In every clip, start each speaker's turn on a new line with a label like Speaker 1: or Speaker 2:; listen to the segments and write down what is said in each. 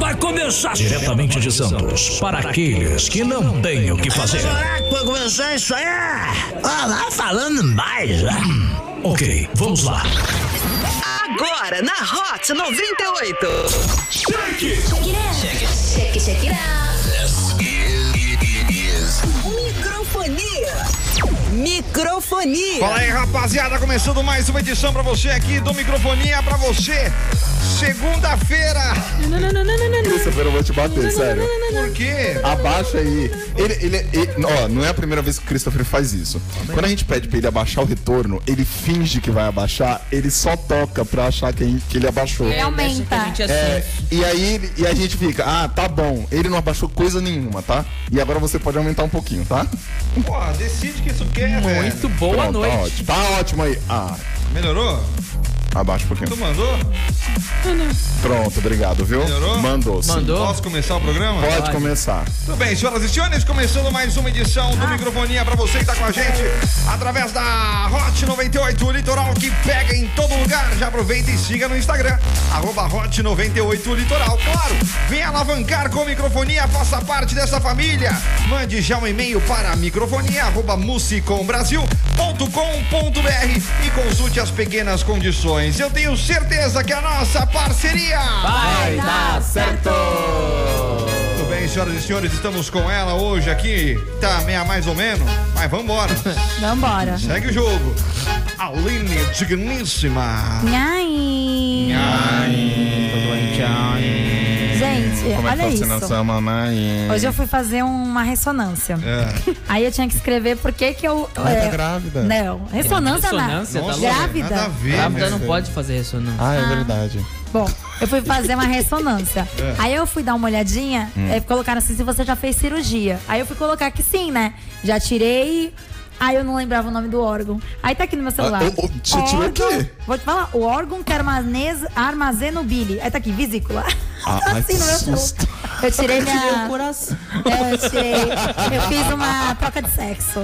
Speaker 1: tá começar diretamente de Santos para aqueles Tá que não têm o que fazer.
Speaker 2: Vai começar isso aí? Ó, lá falando mais.
Speaker 1: né? Ok, vamos lá.
Speaker 3: Agora na Hot 98.
Speaker 4: Check, check it out.
Speaker 3: Microfonia. Microfonia.
Speaker 5: Fala aí, rapaziada, começando mais uma edição pra você aqui do Microfonia pra você. Segunda-feira.
Speaker 6: Terça-feira eu vou te bater, sério.
Speaker 5: Por quê?
Speaker 6: Abaixa aí. Ele, ele, ele- ó, não é a primeira vez que o Christopher faz isso. Quando a gente pede pra ele abaixar o retorno, ele finge que vai abaixar, ele só toca pra achar que, que ele abaixou.
Speaker 7: Ele aumenta.
Speaker 8: que a gente
Speaker 6: É,
Speaker 8: assusta.
Speaker 6: e aí ele- e a gente fica, ah, tá bom, ele não abaixou coisa nenhuma, tá? E agora você pode aumentar um pouquinho, tá?
Speaker 5: Porra, decide que isso quer,
Speaker 8: Muito
Speaker 5: velho.
Speaker 8: boa
Speaker 6: Pronto, Tá
Speaker 8: noite.
Speaker 6: ótimo, tá ótimo aí. Ah,
Speaker 5: Melhorou?
Speaker 6: abaixa um
Speaker 5: Tu
Speaker 6: pouquinho.
Speaker 5: mandou?
Speaker 6: Pronto, obrigado, viu?
Speaker 5: Melhorou?
Speaker 6: Mandou. sim.
Speaker 8: Mandou?
Speaker 5: Posso começar o programa?
Speaker 6: Pode começar.
Speaker 5: Tudo bem, senhoras e senhores, começando mais uma edição do Microfonia pra você que tá com a gente através da Hot 98, o litoral que pega em todo lugar. Já aproveita e siga no Instagram, arroba Hot 98 Litoral. Claro, venha alavancar com microfonia, faça parte dessa família. Mande já um e-mail para microfonia, arroba musicombrasil.com.br e consulte as pequenas condições. Eu tenho certeza que a nossa parceria...
Speaker 8: Vai dar certo.
Speaker 5: Muito bem, senhoras e senhores, estamos com ela hoje aqui. Tá meia mais ou menos, mas vambora.
Speaker 7: Vambora.
Speaker 5: Segue o jogo. Aline Digníssima.
Speaker 7: Nhaim. Gente,
Speaker 6: Como é
Speaker 7: olha
Speaker 6: que tá
Speaker 7: isso.
Speaker 6: sendo essa mamãe?
Speaker 7: Hoje eu fui fazer uma ressonância.
Speaker 5: É.
Speaker 7: Aí eu tinha que escrever por que que eu... é,
Speaker 6: Ai, tá grávida.
Speaker 7: Não, ressonância,
Speaker 8: Ressonância,
Speaker 7: na...
Speaker 8: tá louco?
Speaker 7: Grávida.
Speaker 5: Nada a ver,
Speaker 8: Grávida
Speaker 5: né?
Speaker 8: não pode fazer ressonância.
Speaker 6: Ah, é verdade.
Speaker 7: Bom, eu fui fazer uma ressonância.
Speaker 6: É.
Speaker 7: Aí eu fui dar uma olhadinha,
Speaker 6: Hum.
Speaker 7: aí colocaram assim se você já fez cirurgia. Aí eu fui colocar que sim, né? Já tirei. Aí eu não lembrava o nome do órgão. Aí tá aqui no meu celular.
Speaker 6: Ah, ô, ô, você tirou o quê?
Speaker 7: Vou te falar, o órgão que armazena, armazena o bile. Aí tá aqui, vesícula.
Speaker 6: Ah, ai, que susto.
Speaker 7: Assim, Eu tirei minha.
Speaker 8: coração.
Speaker 7: É, eu tirei. Eu fiz uma troca de sexo.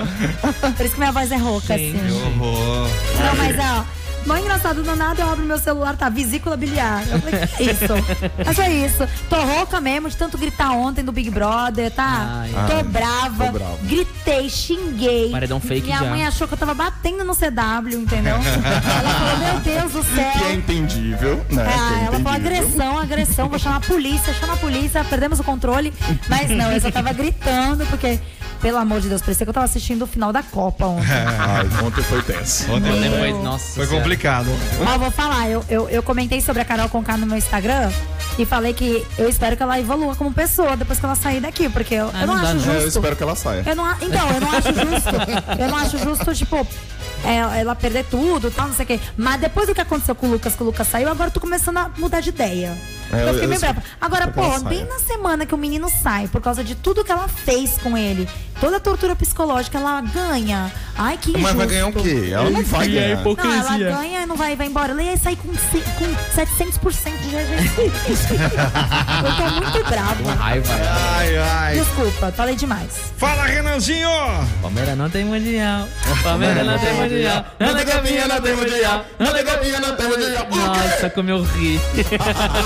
Speaker 7: Por isso que minha voz é rouca,
Speaker 8: Gente.
Speaker 7: assim. Não, mas ó. Mó engraçado, do nada eu abro meu celular, tá vesícula biliar. Eu falei, que é isso? Mas é isso. Tô rouca mesmo de tanto gritar ontem do Big Brother, tá?
Speaker 8: Ai.
Speaker 7: tô, brava,
Speaker 6: tô bravo.
Speaker 7: Gritei, xinguei.
Speaker 8: Paredão fake
Speaker 7: Minha
Speaker 8: já.
Speaker 7: mãe achou que eu tava batendo no CW, entendeu? Ela falou, meu Deus do céu.
Speaker 6: Que é entendível, né? Que
Speaker 7: Ah,
Speaker 6: é
Speaker 7: ela falou
Speaker 6: entendível.
Speaker 7: agressão, agressão, vou chamar a polícia, chama a polícia, perdemos o controle. Mas não, eu só tava gritando, porque, pelo amor de Deus, parecia que eu tava assistindo o final da Copa ontem.
Speaker 6: Ai, ontem foi tenso.
Speaker 8: Depois, nossa.
Speaker 5: Foi
Speaker 8: senhora.
Speaker 5: complicado.
Speaker 7: Mas vou falar, eu, eu, eu comentei sobre a Carol Conká no meu Instagram e falei que eu espero que ela evolua como pessoa depois que ela sair daqui, porque eu,
Speaker 8: Ah,
Speaker 7: eu não,
Speaker 8: não dá,
Speaker 7: acho
Speaker 8: não.
Speaker 6: É,
Speaker 7: justo.
Speaker 6: eu espero que ela saia.
Speaker 7: Eu não, a- então, eu não acho justo. Eu não acho justo, tipo, é, ela perder tudo e tal, não sei o quê. Mas depois do que aconteceu com o Lucas, que o Lucas saiu, agora eu tô começando a mudar de ideia.
Speaker 6: É,
Speaker 7: eu,
Speaker 6: eu-
Speaker 7: fiquei meio
Speaker 6: eu sei.
Speaker 7: brava. Agora,
Speaker 6: Porque ela
Speaker 7: pô,
Speaker 6: sai.
Speaker 7: bem na semana que o menino sai, por causa de tudo que ela fez com ele, toda a tortura psicológica, ela ganha. Ai, que injusto.
Speaker 6: Mas vai ganhar o quê? Ela não vai ganhar.
Speaker 7: Não, ela ganha e não vai, vai embora. Ela ia sair com, ce- com 700% de rejeição. eu tô muito brava.
Speaker 8: Raiva.
Speaker 5: Ai, ai.
Speaker 7: Desculpa, falei demais.
Speaker 5: Fala, Renanzinho.
Speaker 8: Palmeiras não tem mundial. Palmeiras não tem mundial.
Speaker 6: Não tem copinha, não tem mundial. Não tem copinha, não tem mundial. O quê? É.
Speaker 8: Nossa, como eu ri.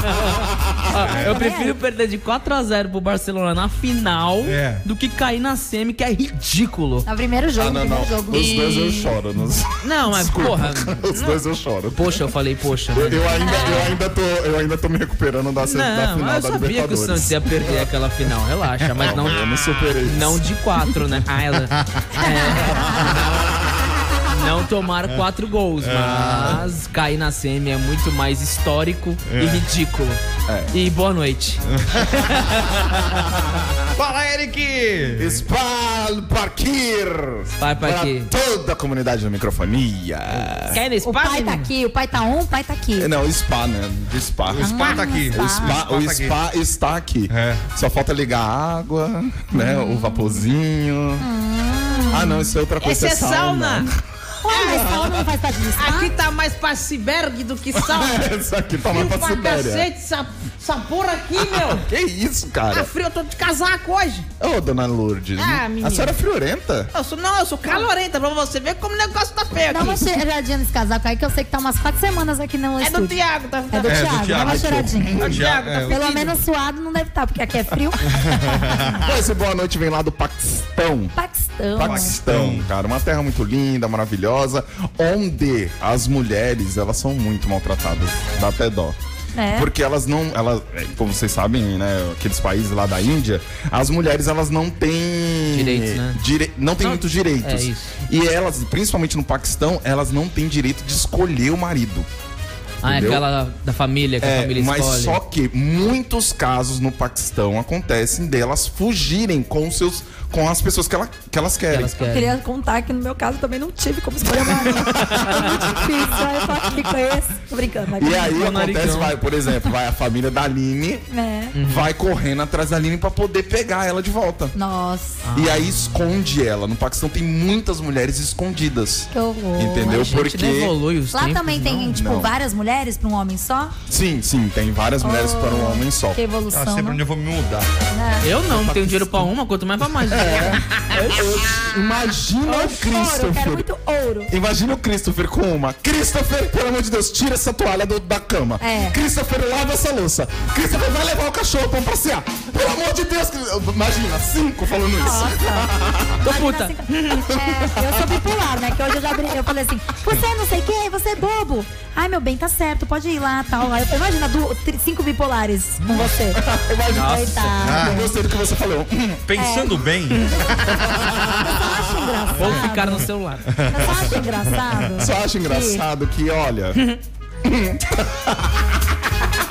Speaker 8: Ó, eu prefiro perder de 4x0 pro Barcelona na final
Speaker 5: É.
Speaker 8: do que cair na semi, que é ridículo.
Speaker 7: No Tá, primeiro jogo,
Speaker 6: Ah, não, não.
Speaker 7: primeiro
Speaker 6: Os
Speaker 7: jogo.
Speaker 6: dois eu choro. Nos...
Speaker 8: Não, mas porra.
Speaker 6: Os dois eu choro.
Speaker 8: Poxa, eu falei, poxa.
Speaker 6: Eu,
Speaker 8: né?
Speaker 6: eu ainda, eu, ainda tô, eu ainda tô me recuperando da, se- da
Speaker 8: Não,
Speaker 6: final
Speaker 8: mas
Speaker 6: da
Speaker 8: eu sabia que o
Speaker 6: Libertadores.
Speaker 8: Santos ia perder aquela final, relaxa, mas não,
Speaker 6: Eu não superei isso.
Speaker 8: não de quatro, né? Ah, ela. é. não tomar quatro gols,
Speaker 6: É.
Speaker 8: mas cair na semi é muito mais histórico
Speaker 6: É.
Speaker 8: e ridículo. E boa noite.
Speaker 5: Fala, Eric.
Speaker 6: Espal Parkir!
Speaker 8: Vai pra aqui.
Speaker 6: Para toda a comunidade da microfonia.
Speaker 8: Quer nesse
Speaker 7: O pai tá
Speaker 8: aqui.
Speaker 7: aqui, o pai tá um, o pai tá aqui.
Speaker 6: Não, spa, né? De spa.
Speaker 5: O spa tá aqui.
Speaker 6: O spa,
Speaker 5: O
Speaker 6: Ah, o
Speaker 5: spa tá aqui.
Speaker 6: spa está aqui.
Speaker 5: É.
Speaker 6: Só falta ligar a água, né? O vaporzinho. Ah, não, isso é outra coisa.
Speaker 8: Esse é sauna.
Speaker 7: Ué, mas Salma não faz parte disso, tá?
Speaker 4: Aqui tá mais pra Cibergue do que Salmo.
Speaker 6: Essa aqui tá mais
Speaker 4: Frio
Speaker 6: pra
Speaker 4: pra
Speaker 6: Sibéria.
Speaker 4: cacete, essa, essa porra aqui,
Speaker 5: Ah.
Speaker 4: meu.
Speaker 6: Que isso,
Speaker 4: Tá
Speaker 6: cara?
Speaker 4: frio, eu tô de casaco hoje.
Speaker 6: Ô, dona Lourdes.
Speaker 4: Ah, menina.
Speaker 6: a senhora é friorenta?
Speaker 4: Eu sou, não, eu sou calorenta pra você ver como o negócio tá feio
Speaker 7: Dá uma
Speaker 4: aqui.
Speaker 7: cheiradinha nesse casaco aí, que eu sei que tá umas quatro semanas aqui no
Speaker 4: É do
Speaker 7: estúdio.
Speaker 4: Tiago, tá?
Speaker 7: É do
Speaker 5: É, do
Speaker 7: Thiago, dá uma
Speaker 5: Thiago.
Speaker 7: cheiradinha.
Speaker 4: Thiago,
Speaker 5: é,
Speaker 7: Pelo menos suado não deve estar, porque aqui é frio.
Speaker 6: Mas esse boa noite vem lá do Paquistão.
Speaker 7: Paquistão.
Speaker 6: Paquistão, cara, uma terra muito linda, maravilhosa, onde as mulheres, elas são muito maltratadas, dá até dó.
Speaker 7: É.
Speaker 6: Porque elas não, elas, é, como vocês sabem, né, aqueles países lá da Índia, as mulheres elas não têm
Speaker 8: Direitos, né?
Speaker 6: dire- não têm
Speaker 8: Não,
Speaker 6: muitos direitos.
Speaker 8: é isso.
Speaker 6: E elas, principalmente no Paquistão, elas não têm direito de escolher o marido.
Speaker 8: Ah, é
Speaker 6: Entendeu?
Speaker 8: aquela da família, que a
Speaker 6: É,
Speaker 8: família
Speaker 6: mas
Speaker 8: escolhe.
Speaker 6: só que muitos casos no Paquistão acontecem delas fugirem com os seus com as pessoas que, ela, que elas querem.
Speaker 8: Elas
Speaker 7: Eu
Speaker 8: querem.
Speaker 7: queria contar que no meu caso eu também não tive como escolher uma amiga. É muito difícil, é, aí eu só aqui com esse. Tô brincando, mas...
Speaker 6: E aí
Speaker 8: O
Speaker 6: acontece,
Speaker 8: narigão.
Speaker 6: vai, por exemplo, vai a família da Aline,
Speaker 7: Né?
Speaker 6: vai correndo atrás da Aline pra poder pegar ela de volta.
Speaker 7: Nossa,
Speaker 6: E aí esconde ela. No Paquistão tem muitas mulheres escondidas.
Speaker 7: que horror.
Speaker 6: Entendeu?
Speaker 8: A gente
Speaker 6: Porque.
Speaker 8: não evolui os
Speaker 7: Lá
Speaker 8: tempos,
Speaker 7: também tem,
Speaker 8: não?
Speaker 7: tipo,
Speaker 6: Não.
Speaker 7: várias mulheres pra um homem só?
Speaker 6: Sim, sim, tem várias mulheres
Speaker 7: Oh,
Speaker 6: para um homem só.
Speaker 7: Que evolução,
Speaker 5: Ah, sempre
Speaker 7: não?
Speaker 5: onde eu vou me mudar.
Speaker 7: Né?
Speaker 8: Eu não, não tenho dinheiro pra uma, quanto mais pra mais.
Speaker 6: Imagina o
Speaker 7: Ouro, Oh, eu quero
Speaker 6: Christopher.
Speaker 7: muito ouro.
Speaker 6: Imagina o Christopher com uma. Christopher, pelo amor de Deus, tira essa toalha do- da cama.
Speaker 7: É.
Speaker 6: Christopher, lava essa louça. Christopher, vai levar o cachorro pra um passear. Pelo amor de Deus, Chris- imagina, cinco falando isso.
Speaker 8: Tô puta.
Speaker 7: assim, É, eu sou bipolar, né? Que hoje eu já brin... Eu falei assim, você é não sei quem, você é bobo. Ai, meu bem, tá certo, pode ir lá, tal. Aí eu- Imagina, du... tri- cinco bipolares com você.
Speaker 6: Imagina.
Speaker 7: Coitado.
Speaker 6: Ah, Eu gostei do que você falou. Hum,
Speaker 5: Pensando bem,
Speaker 7: Eu só acho engraçado.
Speaker 8: Ou ficar no celular.
Speaker 7: Eu só acho engraçado.
Speaker 6: Só acho engraçado que, olha.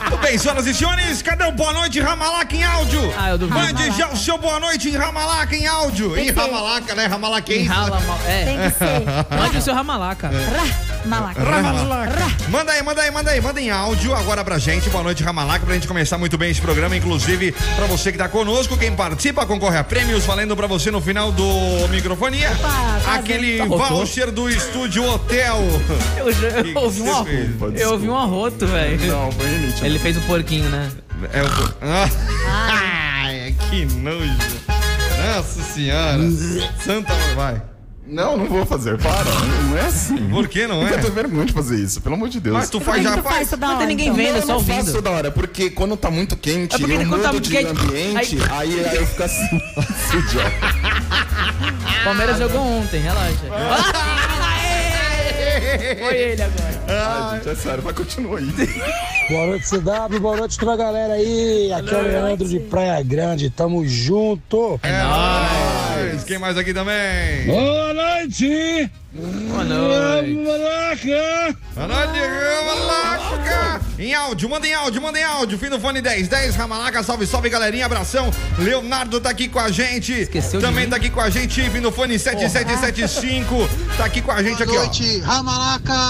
Speaker 5: tudo bem, senhoras e senhores, cadê o boa noite Ramalaca em áudio?
Speaker 8: Ah, eu duvido.
Speaker 5: Mande já o seu boa noite em Ramalaca em áudio.
Speaker 7: Tem
Speaker 5: Em
Speaker 7: que-
Speaker 5: Ramalaca, né? Ramalaquês.
Speaker 8: Enrala mal.
Speaker 7: Tem
Speaker 8: É.
Speaker 7: que ser.
Speaker 8: Mande o seu ramalaca.
Speaker 7: Rá, malaca.
Speaker 5: Ramalaca. Manda aí, manda aí, manda aí, manda em áudio agora pra gente. Boa noite, Ramalaca, pra gente começar muito bem esse programa. Inclusive, pra você que tá conosco, quem participa, concorre a prêmios, valendo pra você no final do microfonia.
Speaker 8: tá
Speaker 7: quase.
Speaker 5: aquele
Speaker 8: Voltou.
Speaker 5: voucher do estúdio hotel.
Speaker 8: Eu, já- eu ouvi um arroto. Eu ouvi um arroto, velho.
Speaker 6: Não, foi limite.
Speaker 8: Ele fez o porquinho, né?
Speaker 5: É o. Ah. Ai, que nojo. Nossa senhora.
Speaker 8: Hum.
Speaker 5: Santa vai.
Speaker 6: Não, não vou fazer. Para. Não é assim.
Speaker 5: Por que não é?
Speaker 6: Eu tô vergonha de fazer isso, pelo amor de Deus.
Speaker 5: Mas tu
Speaker 7: Como é
Speaker 5: faz,
Speaker 7: que
Speaker 5: já
Speaker 7: tu
Speaker 5: faz.
Speaker 7: faz toda hora,
Speaker 8: Não tem ninguém
Speaker 7: então?
Speaker 8: vendo, é
Speaker 6: Eu
Speaker 8: só
Speaker 6: não
Speaker 8: ouvindo.
Speaker 6: faço toda hora, porque quando tá muito quente,
Speaker 8: É porque
Speaker 6: eu
Speaker 8: quando
Speaker 6: mudo
Speaker 8: tá muito
Speaker 6: de
Speaker 8: quente-
Speaker 6: ambiente, aí... aí eu fico assim, esse idiota.
Speaker 8: Palmeiras jogou ontem, relaxa.
Speaker 6: Ai, gente, é sério, vai continuar aí.
Speaker 9: Boa noite, CW. Boa noite, toda a galera aí. Aqui é o Leandro de Praia Grande. Tamo junto.
Speaker 5: Mas É, Quem mais aqui também?
Speaker 9: Boa noite.
Speaker 8: Boa noite.
Speaker 9: Maraca.
Speaker 5: Boa noite, Ramalaca! Em áudio, manda em áudio, manda em áudio. Fim do fone 10, 10, Ramalaca, salve, salve, galerinha, abração. Leonardo tá aqui com a gente.
Speaker 8: Esqueceu de
Speaker 5: Também
Speaker 8: mim.
Speaker 5: tá aqui com a gente, fim do fone 7775. Tá aqui com a gente aqui, ó.
Speaker 9: Ramalaca.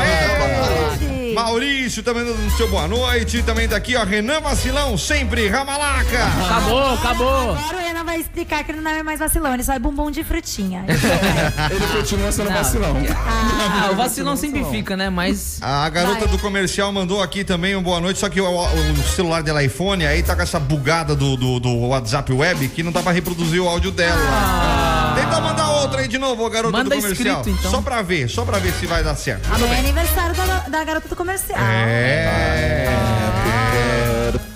Speaker 5: Aê!
Speaker 7: Gente.
Speaker 5: Maurício também dando seu boa noite. Também tá aqui, ó, Renan Vacilão, sempre, Ramalaca.
Speaker 8: Acabou, acabou.
Speaker 7: Agora o Renan vai explicar que ele não é mais vacilão, ele só é bumbum de frutinha.
Speaker 6: Ele continua sendo
Speaker 8: Não,
Speaker 6: vacilão.
Speaker 8: Ah, o vacilão sempre fica, né? Mas.
Speaker 5: A garota
Speaker 7: Vai.
Speaker 5: do comercial mandou aqui também um boa noite, só que o, o celular dela é iPhone, aí tá com essa bugada do, do, do WhatsApp Web que não dá pra reproduzir o áudio dela.
Speaker 8: ah,
Speaker 7: Ah.
Speaker 5: Tenta mandar outra aí de novo, ô garota
Speaker 8: Manda
Speaker 5: do comercial.
Speaker 8: escrito, então.
Speaker 5: Só pra ver, só pra ver se vai dar certo.
Speaker 7: Amanhã é aniversário da, da garota do comercial.
Speaker 5: Ah, É.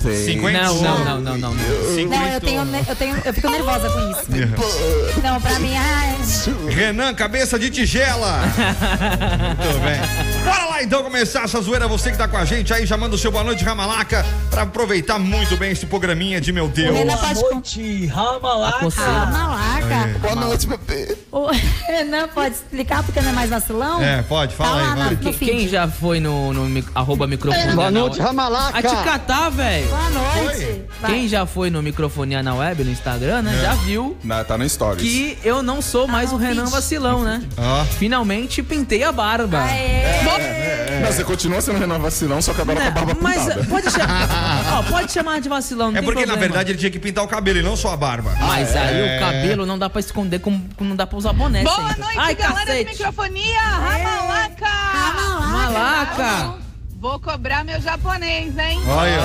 Speaker 6: Tem.
Speaker 5: 50
Speaker 8: Não, não, não, não, não. não.
Speaker 7: Não, eu tenho, ne- eu tenho, eu fico nervosa com isso.
Speaker 5: É.
Speaker 7: Não, pra mim, ah, é, ai,
Speaker 5: Renan, cabeça de tigela. Muito bem. Bora lá então começar essa zoeira. Você que tá com a gente aí, já manda o seu boa noite, Ramalaca, pra aproveitar muito bem esse programinha de meu Deus.
Speaker 7: Renan pode contar.
Speaker 9: noite,
Speaker 8: A
Speaker 9: Ramalaca.
Speaker 7: Ah,
Speaker 8: coceira.
Speaker 7: malaca.
Speaker 6: Boa noite, bebê.
Speaker 7: O Renan pode explicar porque não é mais vacilão?
Speaker 5: É, pode, fala
Speaker 7: tá
Speaker 5: aí,
Speaker 7: lá na-
Speaker 5: vai.
Speaker 7: no
Speaker 8: Quem-
Speaker 7: feed.
Speaker 8: Quem já foi no, no mic- arroba microfone?
Speaker 9: Boa noite,
Speaker 8: A te
Speaker 9: Ramalaca.
Speaker 8: catar, velho.
Speaker 7: Boa noite. Vai.
Speaker 8: Quem já foi no microfonia na web, no Instagram, né? Já viu
Speaker 6: Não, tá no Stories.
Speaker 8: que eu
Speaker 10: Ah,
Speaker 8: não sou mais
Speaker 7: no
Speaker 8: o Renan
Speaker 7: feed.
Speaker 8: Vacilão, né?
Speaker 5: Ó.
Speaker 10: Ah, é.
Speaker 8: Finalmente pintei a barba.
Speaker 7: Aê.
Speaker 8: Bota-
Speaker 6: Não, você continua sendo rena- vacilão, só que agora com É, a barba
Speaker 4: Não, mas
Speaker 6: pintada.
Speaker 4: pode chamar. Ó, pode chamar de vacilão, não
Speaker 5: É
Speaker 4: tem
Speaker 5: porque, na
Speaker 4: problema.
Speaker 5: verdade, ele tinha que pintar o cabelo e não só a barba.
Speaker 8: Mas aí o cabelo não dá pra esconder, como, como não dá pra usar boné.
Speaker 10: Boa
Speaker 8: sempre.
Speaker 10: noite,
Speaker 4: Ai,
Speaker 10: galera
Speaker 4: cacete.
Speaker 10: de microfonia! Ramalaca!
Speaker 7: Ah,
Speaker 4: Malaca!
Speaker 10: Vou cobrar meu japonês, hein? É
Speaker 5: Olha.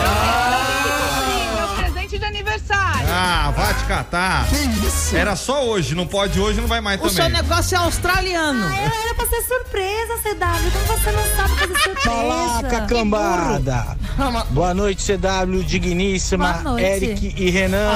Speaker 10: Meu presente de aniversário!
Speaker 5: Ah, vai te catar.
Speaker 6: Que isso?
Speaker 5: Era só hoje, não pode hoje, não vai mais
Speaker 4: O seu
Speaker 5: também.
Speaker 4: negócio é australiano.
Speaker 7: Era era pra ser surpresa, CW. Como você não sabe fazer surpresa?
Speaker 9: Malaca cambada! Boa noite, CW, digníssima,
Speaker 7: Boa noite. Ah.
Speaker 9: Eric e Renan.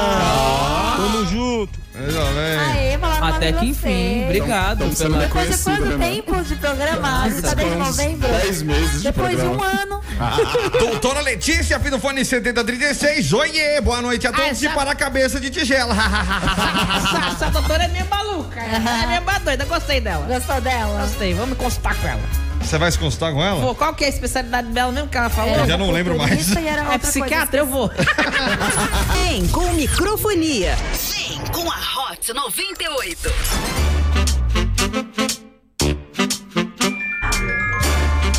Speaker 9: Tamo junto.
Speaker 5: Mais ou menos.
Speaker 7: Aê, malaca.
Speaker 8: Até que enfim, obrigado
Speaker 6: Então, você não
Speaker 8: pela...
Speaker 6: é
Speaker 7: Depois de
Speaker 6: Conhecido,
Speaker 7: quanto
Speaker 6: né,
Speaker 7: tempo de programa? Você tá desde
Speaker 6: Uns
Speaker 7: novembro?
Speaker 6: 10 meses de
Speaker 7: Depois de
Speaker 6: programa.
Speaker 7: um ano.
Speaker 5: Ah. Doutora Letícia, Pinofone 7036. Oiê, boa noite a
Speaker 7: Ah,
Speaker 5: todos
Speaker 7: é
Speaker 4: essa-
Speaker 5: e para a cabeça de tigela.
Speaker 7: tá.
Speaker 4: Essa, essa doutora é meio maluca. Ela é meio badoida. Gostei dela.
Speaker 7: Gostou
Speaker 5: Tá
Speaker 7: dela?
Speaker 4: Gostei, vamos consultar com ela.
Speaker 5: Você vai se consultar com ela?
Speaker 4: Pô, qual que é a especialidade dela mesmo que ela
Speaker 7: É.
Speaker 4: falou?
Speaker 5: Eu já não lembro mais.
Speaker 7: Isso aí era
Speaker 4: É
Speaker 7: outra
Speaker 4: psiquiatra, eu vou.
Speaker 3: Vem com microfonia. Vem com a Hot 98.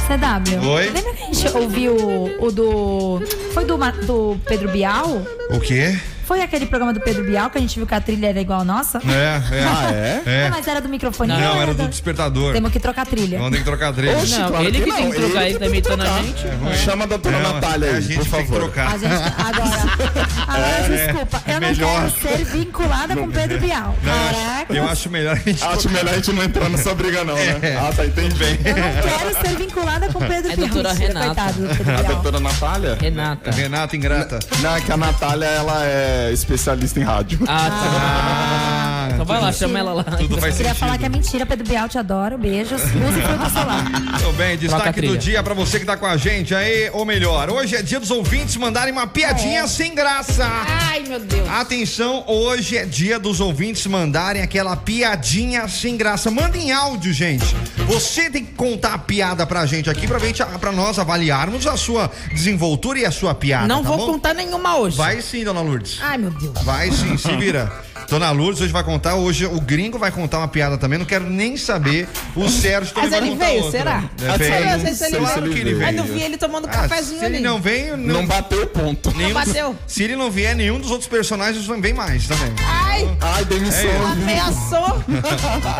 Speaker 7: CW.
Speaker 5: Oi?
Speaker 7: Lembra que a gente ouviu o, o do. Foi do, Ma- do Pedro Bial?
Speaker 5: O quê?
Speaker 7: Foi aquele programa do Pedro Bial que a gente viu que a trilha era igual a nossa?
Speaker 5: É, é.
Speaker 6: Ah, é?
Speaker 5: É.
Speaker 7: Não, mas era do microfone.
Speaker 5: Não, era do despertador.
Speaker 7: Temos que trocar a trilha.
Speaker 5: Vamos ter que trocar três.
Speaker 6: Oxi,
Speaker 8: Não,
Speaker 6: claro
Speaker 8: ele que
Speaker 6: que
Speaker 8: tem
Speaker 6: não,
Speaker 8: que trocar,
Speaker 6: ele que
Speaker 8: ele tá
Speaker 6: tem que
Speaker 8: imitando a
Speaker 6: trocar.
Speaker 8: gente.
Speaker 6: Chama a doutora Natália
Speaker 5: é a
Speaker 6: aí,
Speaker 5: gente
Speaker 6: por
Speaker 5: que tem que
Speaker 6: favor.
Speaker 5: trocar.
Speaker 7: A gente, agora, agora desculpa, eu não
Speaker 5: É, melhor.
Speaker 7: quero ser vinculada com Pedro Bial.
Speaker 5: Não, eu acho-
Speaker 7: Caraca,
Speaker 5: Eu acho melhor a gente.
Speaker 6: Acho melhor a gente não entrar nessa briga, não, né?
Speaker 5: É.
Speaker 6: Ah, tá, entendi.
Speaker 7: eu não quero ser vinculada com Pedro
Speaker 8: É
Speaker 7: Bial.
Speaker 8: doutora
Speaker 7: Mentira,
Speaker 8: Renata.
Speaker 7: Coitado do Pedro
Speaker 6: A
Speaker 7: Bial.
Speaker 6: doutora Natália?
Speaker 8: Renata.
Speaker 5: Renata ingrata.
Speaker 6: Não, é que a Natália, ela é especialista em rádio.
Speaker 8: Ah, tá.
Speaker 5: Ah,
Speaker 8: Então vai lá, chama ela lá.
Speaker 5: tudo vai
Speaker 7: Eu queria falar que é
Speaker 5: sentido.
Speaker 7: mentira, Pedro Bial, te adoro, beijos, use produto solar.
Speaker 5: Muito bem,
Speaker 8: Troca a
Speaker 5: destaque do
Speaker 8: trilha.
Speaker 5: dia pra você que tá com a gente aí, ou melhor, hoje é dia dos ouvintes mandarem uma piadinha sem graça.
Speaker 4: É. Ai, meu Deus.
Speaker 5: Atenção, hoje é dia dos ouvintes mandarem aquela piadinha sem graça. Manda em áudio, gente. Você tem que contar a piada pra gente aqui pra, gente, pra nós avaliarmos a sua desenvoltura e a sua piada.
Speaker 4: Não
Speaker 5: tá
Speaker 4: vou
Speaker 5: bom?
Speaker 4: contar nenhuma hoje.
Speaker 5: Vai sim, dona Lourdes.
Speaker 4: Ai, meu Deus.
Speaker 5: Vai sim, se vira. Dona Lourdes hoje vai contar, hoje o gringo vai contar uma piada também, não quero nem saber. O Sérgio também
Speaker 4: Mas
Speaker 5: vai
Speaker 4: ele
Speaker 5: contar
Speaker 4: veio,
Speaker 5: outra.
Speaker 4: será?
Speaker 5: É, veio.
Speaker 4: Será? Não sei se ele
Speaker 5: Claro
Speaker 6: veio.
Speaker 5: que ele veio.
Speaker 4: Mas não vi ele tomando
Speaker 5: Ah,
Speaker 4: cafezinho
Speaker 5: se ele
Speaker 4: ali.
Speaker 5: não veio, não,
Speaker 6: Não bateu o ponto.
Speaker 5: nenhum dos-
Speaker 4: bateu.
Speaker 5: Se ele não vier, nenhum dos outros personagens não vem mais também.
Speaker 4: Ai,
Speaker 6: Ai, demissão.
Speaker 5: É
Speaker 4: ameaçou.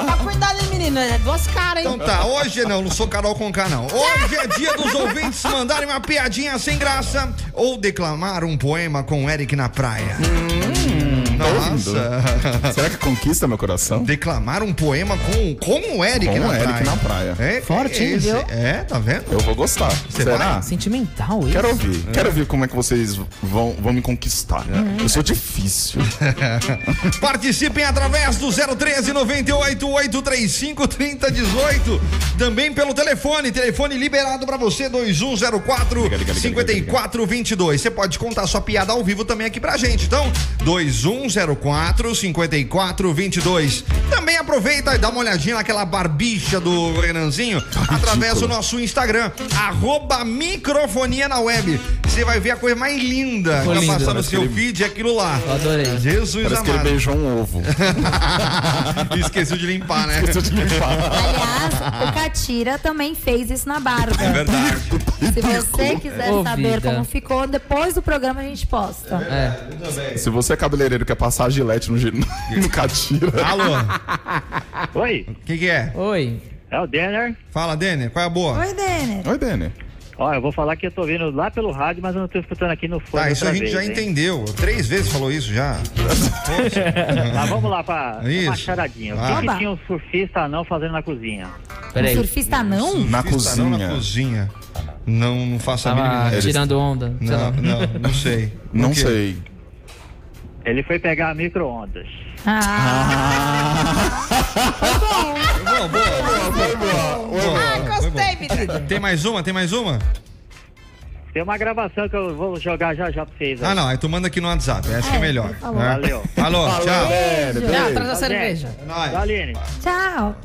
Speaker 4: Tá cuidado, hein, menino? É duas caras,
Speaker 5: Então
Speaker 4: hein?
Speaker 5: tá, hoje não, não sou Carol Conká não. Hoje é dia dos ouvintes mandarem uma piadinha sem graça ou declamar um poema com o Eric na praia.
Speaker 4: Hum.
Speaker 5: Tá Nossa.
Speaker 6: Será que conquista meu coração?
Speaker 5: Declamar um poema com, com o Eric,
Speaker 6: Com
Speaker 5: na,
Speaker 6: o Eric
Speaker 5: praia.
Speaker 6: na praia.
Speaker 5: É,
Speaker 8: Forte, hein,
Speaker 5: esse-
Speaker 8: viu?
Speaker 5: É, tá vendo?
Speaker 6: Eu vou gostar. Será?
Speaker 8: Sentimental isso.
Speaker 6: Quero ouvir. Quero ouvir como é que vocês vão, vão me conquistar.
Speaker 5: Uhum.
Speaker 6: Eu sou difícil.
Speaker 5: Participem através do 013 98 835 3018. Também pelo telefone. Telefone liberado pra você, 2104
Speaker 6: Liga, liga, liga,
Speaker 5: 5422. Você pode contar sua piada ao vivo também aqui pra gente. Então, 2104 5422. Também aproveita e dá uma olhadinha naquela barbicha do Renanzinho
Speaker 6: Tá
Speaker 5: através do nosso Instagram, arroba microfonia na web. Você vai ver a coisa mais linda que
Speaker 8: Ficou
Speaker 5: vai
Speaker 8: lindo,
Speaker 5: passar no
Speaker 8: parece
Speaker 5: seu
Speaker 6: que ele-
Speaker 5: feed, é aquilo lá.
Speaker 8: Eu adorei.
Speaker 5: Jesus
Speaker 6: Parece que ele
Speaker 5: amado.
Speaker 6: beijou um ovo.
Speaker 5: Esqueceu de limpar, né?
Speaker 6: Esqueceu de limpar.
Speaker 7: Aliás, o Catira também fez isso na barba.
Speaker 5: É verdade.
Speaker 7: Se você quiser
Speaker 8: Ô,
Speaker 7: saber
Speaker 8: vida.
Speaker 7: como ficou, depois do programa a gente posta.
Speaker 8: É.
Speaker 6: Se você é cabeleireiro e quer passar a gilete no, gi- no catira,
Speaker 5: Alô,
Speaker 11: Oi,
Speaker 5: o que, que é?
Speaker 8: Oi.
Speaker 11: é o Denner.
Speaker 5: Fala, Denner, qual é a boa?
Speaker 7: Oi, Denner.
Speaker 6: Ah. Oi, Dene.
Speaker 11: Ó, eu vou falar que eu tô vendo lá pelo rádio, mas eu não tô escutando aqui no fone.
Speaker 5: Tá, isso a
Speaker 11: outra
Speaker 5: gente
Speaker 11: vez,
Speaker 5: já
Speaker 11: hein?
Speaker 5: entendeu. Três vezes falou isso já.
Speaker 11: Mas vamos lá pra
Speaker 5: Isso.
Speaker 11: uma charadinha.
Speaker 5: Vai.
Speaker 11: O que,
Speaker 7: Oba.
Speaker 11: que tinha um surfista anão fazendo na cozinha?
Speaker 8: Peraí.
Speaker 7: Surfista não?
Speaker 6: Na
Speaker 5: Surfista Não, na
Speaker 6: cozinha.
Speaker 5: cozinha. Não, não faço a mínima
Speaker 8: Tava
Speaker 5: ideia.
Speaker 8: tirando onda. sei
Speaker 5: Não,
Speaker 8: lá.
Speaker 5: não, não sei.
Speaker 6: Não
Speaker 5: O quê?
Speaker 6: sei.
Speaker 11: Ele foi pegar a micro-ondas.
Speaker 7: Ah,
Speaker 5: Boa, boa, boa, boa,
Speaker 4: Ah,
Speaker 5: boa.
Speaker 4: gostei, menino.
Speaker 5: Tem mais uma? Tem mais uma?
Speaker 11: Tem uma gravação que eu vou jogar já já pra vocês. ó. Né?
Speaker 5: Ah, não. Aí tu manda aqui no WhatsApp. Acho que é
Speaker 7: É,
Speaker 5: melhor.
Speaker 7: por favor.
Speaker 5: né?
Speaker 11: Valeu.
Speaker 5: Alô, tchau.
Speaker 4: Já, traz a cerveja.
Speaker 5: É nóis.
Speaker 11: Aline,
Speaker 7: tchau.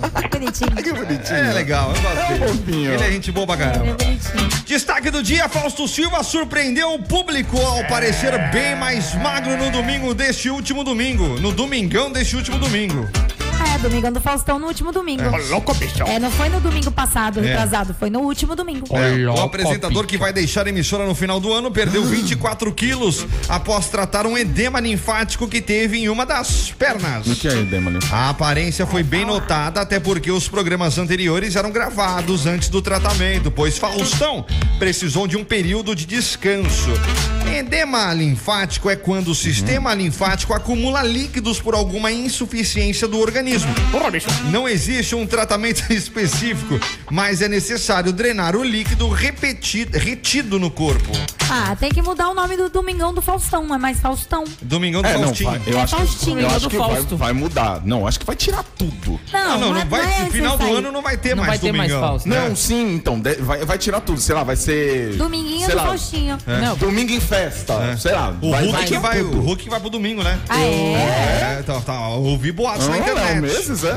Speaker 7: Tá Bonitinho.
Speaker 5: É legal, eu gostei.
Speaker 6: fofinho.
Speaker 5: Ele é gente boa pra
Speaker 7: É
Speaker 5: caramba.
Speaker 7: bonitinho.
Speaker 5: Destaque do dia, Fausto Silva surpreendeu o público ao parecer bem mais magro no domingo deste último domingo. No domingão deste último domingo.
Speaker 7: Ah, É, Domingão do Faustão no último domingo.
Speaker 5: É, ô, louco, bichão.
Speaker 7: É, não foi no domingo passado,
Speaker 5: É.
Speaker 7: retrasado, foi no último domingo.
Speaker 5: É, o apresentador que vai deixar a emissora no final do ano perdeu 24 quilos após tratar um edema linfático que teve em uma das pernas.
Speaker 6: O que é edema
Speaker 5: A aparência foi bem notada, até porque os programas anteriores eram gravados antes do tratamento, pois Faustão precisou de um período de descanso. Edema linfático é
Speaker 6: Uhum.
Speaker 5: quando o sistema linfático acumula líquidos por alguma insuficiência do organismo. Não existe um tratamento específico, mas é necessário drenar o líquido repeti- retido no corpo.
Speaker 7: Ah, tem que mudar o nome do Domingão do Faustão, não é mais Faustão.
Speaker 5: Domingão do
Speaker 6: É, não,
Speaker 5: Faustinho.
Speaker 6: vai, eu
Speaker 7: É
Speaker 6: acho que,
Speaker 7: Faustinho,
Speaker 6: eu
Speaker 7: do
Speaker 6: acho que vai,
Speaker 7: Fausto.
Speaker 6: vai mudar. Não, acho que vai tirar tudo.
Speaker 7: Não,
Speaker 5: Ah, não,
Speaker 7: não é-
Speaker 5: vai-
Speaker 7: não é
Speaker 5: no final
Speaker 7: essa
Speaker 5: do
Speaker 7: aí.
Speaker 5: ano não vai ter
Speaker 6: Não
Speaker 5: mais
Speaker 6: vai ter mais
Speaker 5: Domingão.
Speaker 6: Fausto. Não,
Speaker 5: É.
Speaker 6: sim, então. de- vai, vai tirar tudo. Sei lá, vai ser.
Speaker 7: Dominguinho
Speaker 6: sei
Speaker 7: do
Speaker 6: lá,
Speaker 7: Faustinho.
Speaker 6: é, Domingo em festa. Sei lá.
Speaker 5: O
Speaker 6: vai,
Speaker 5: Hulk,
Speaker 6: tirar
Speaker 5: vai,
Speaker 6: tudo.
Speaker 5: o Hulk vai pro domingo, né?
Speaker 7: Ah, é?
Speaker 5: É, tá, tá, ouvi boatos
Speaker 6: Ah,
Speaker 5: na internet.
Speaker 6: é meses, é?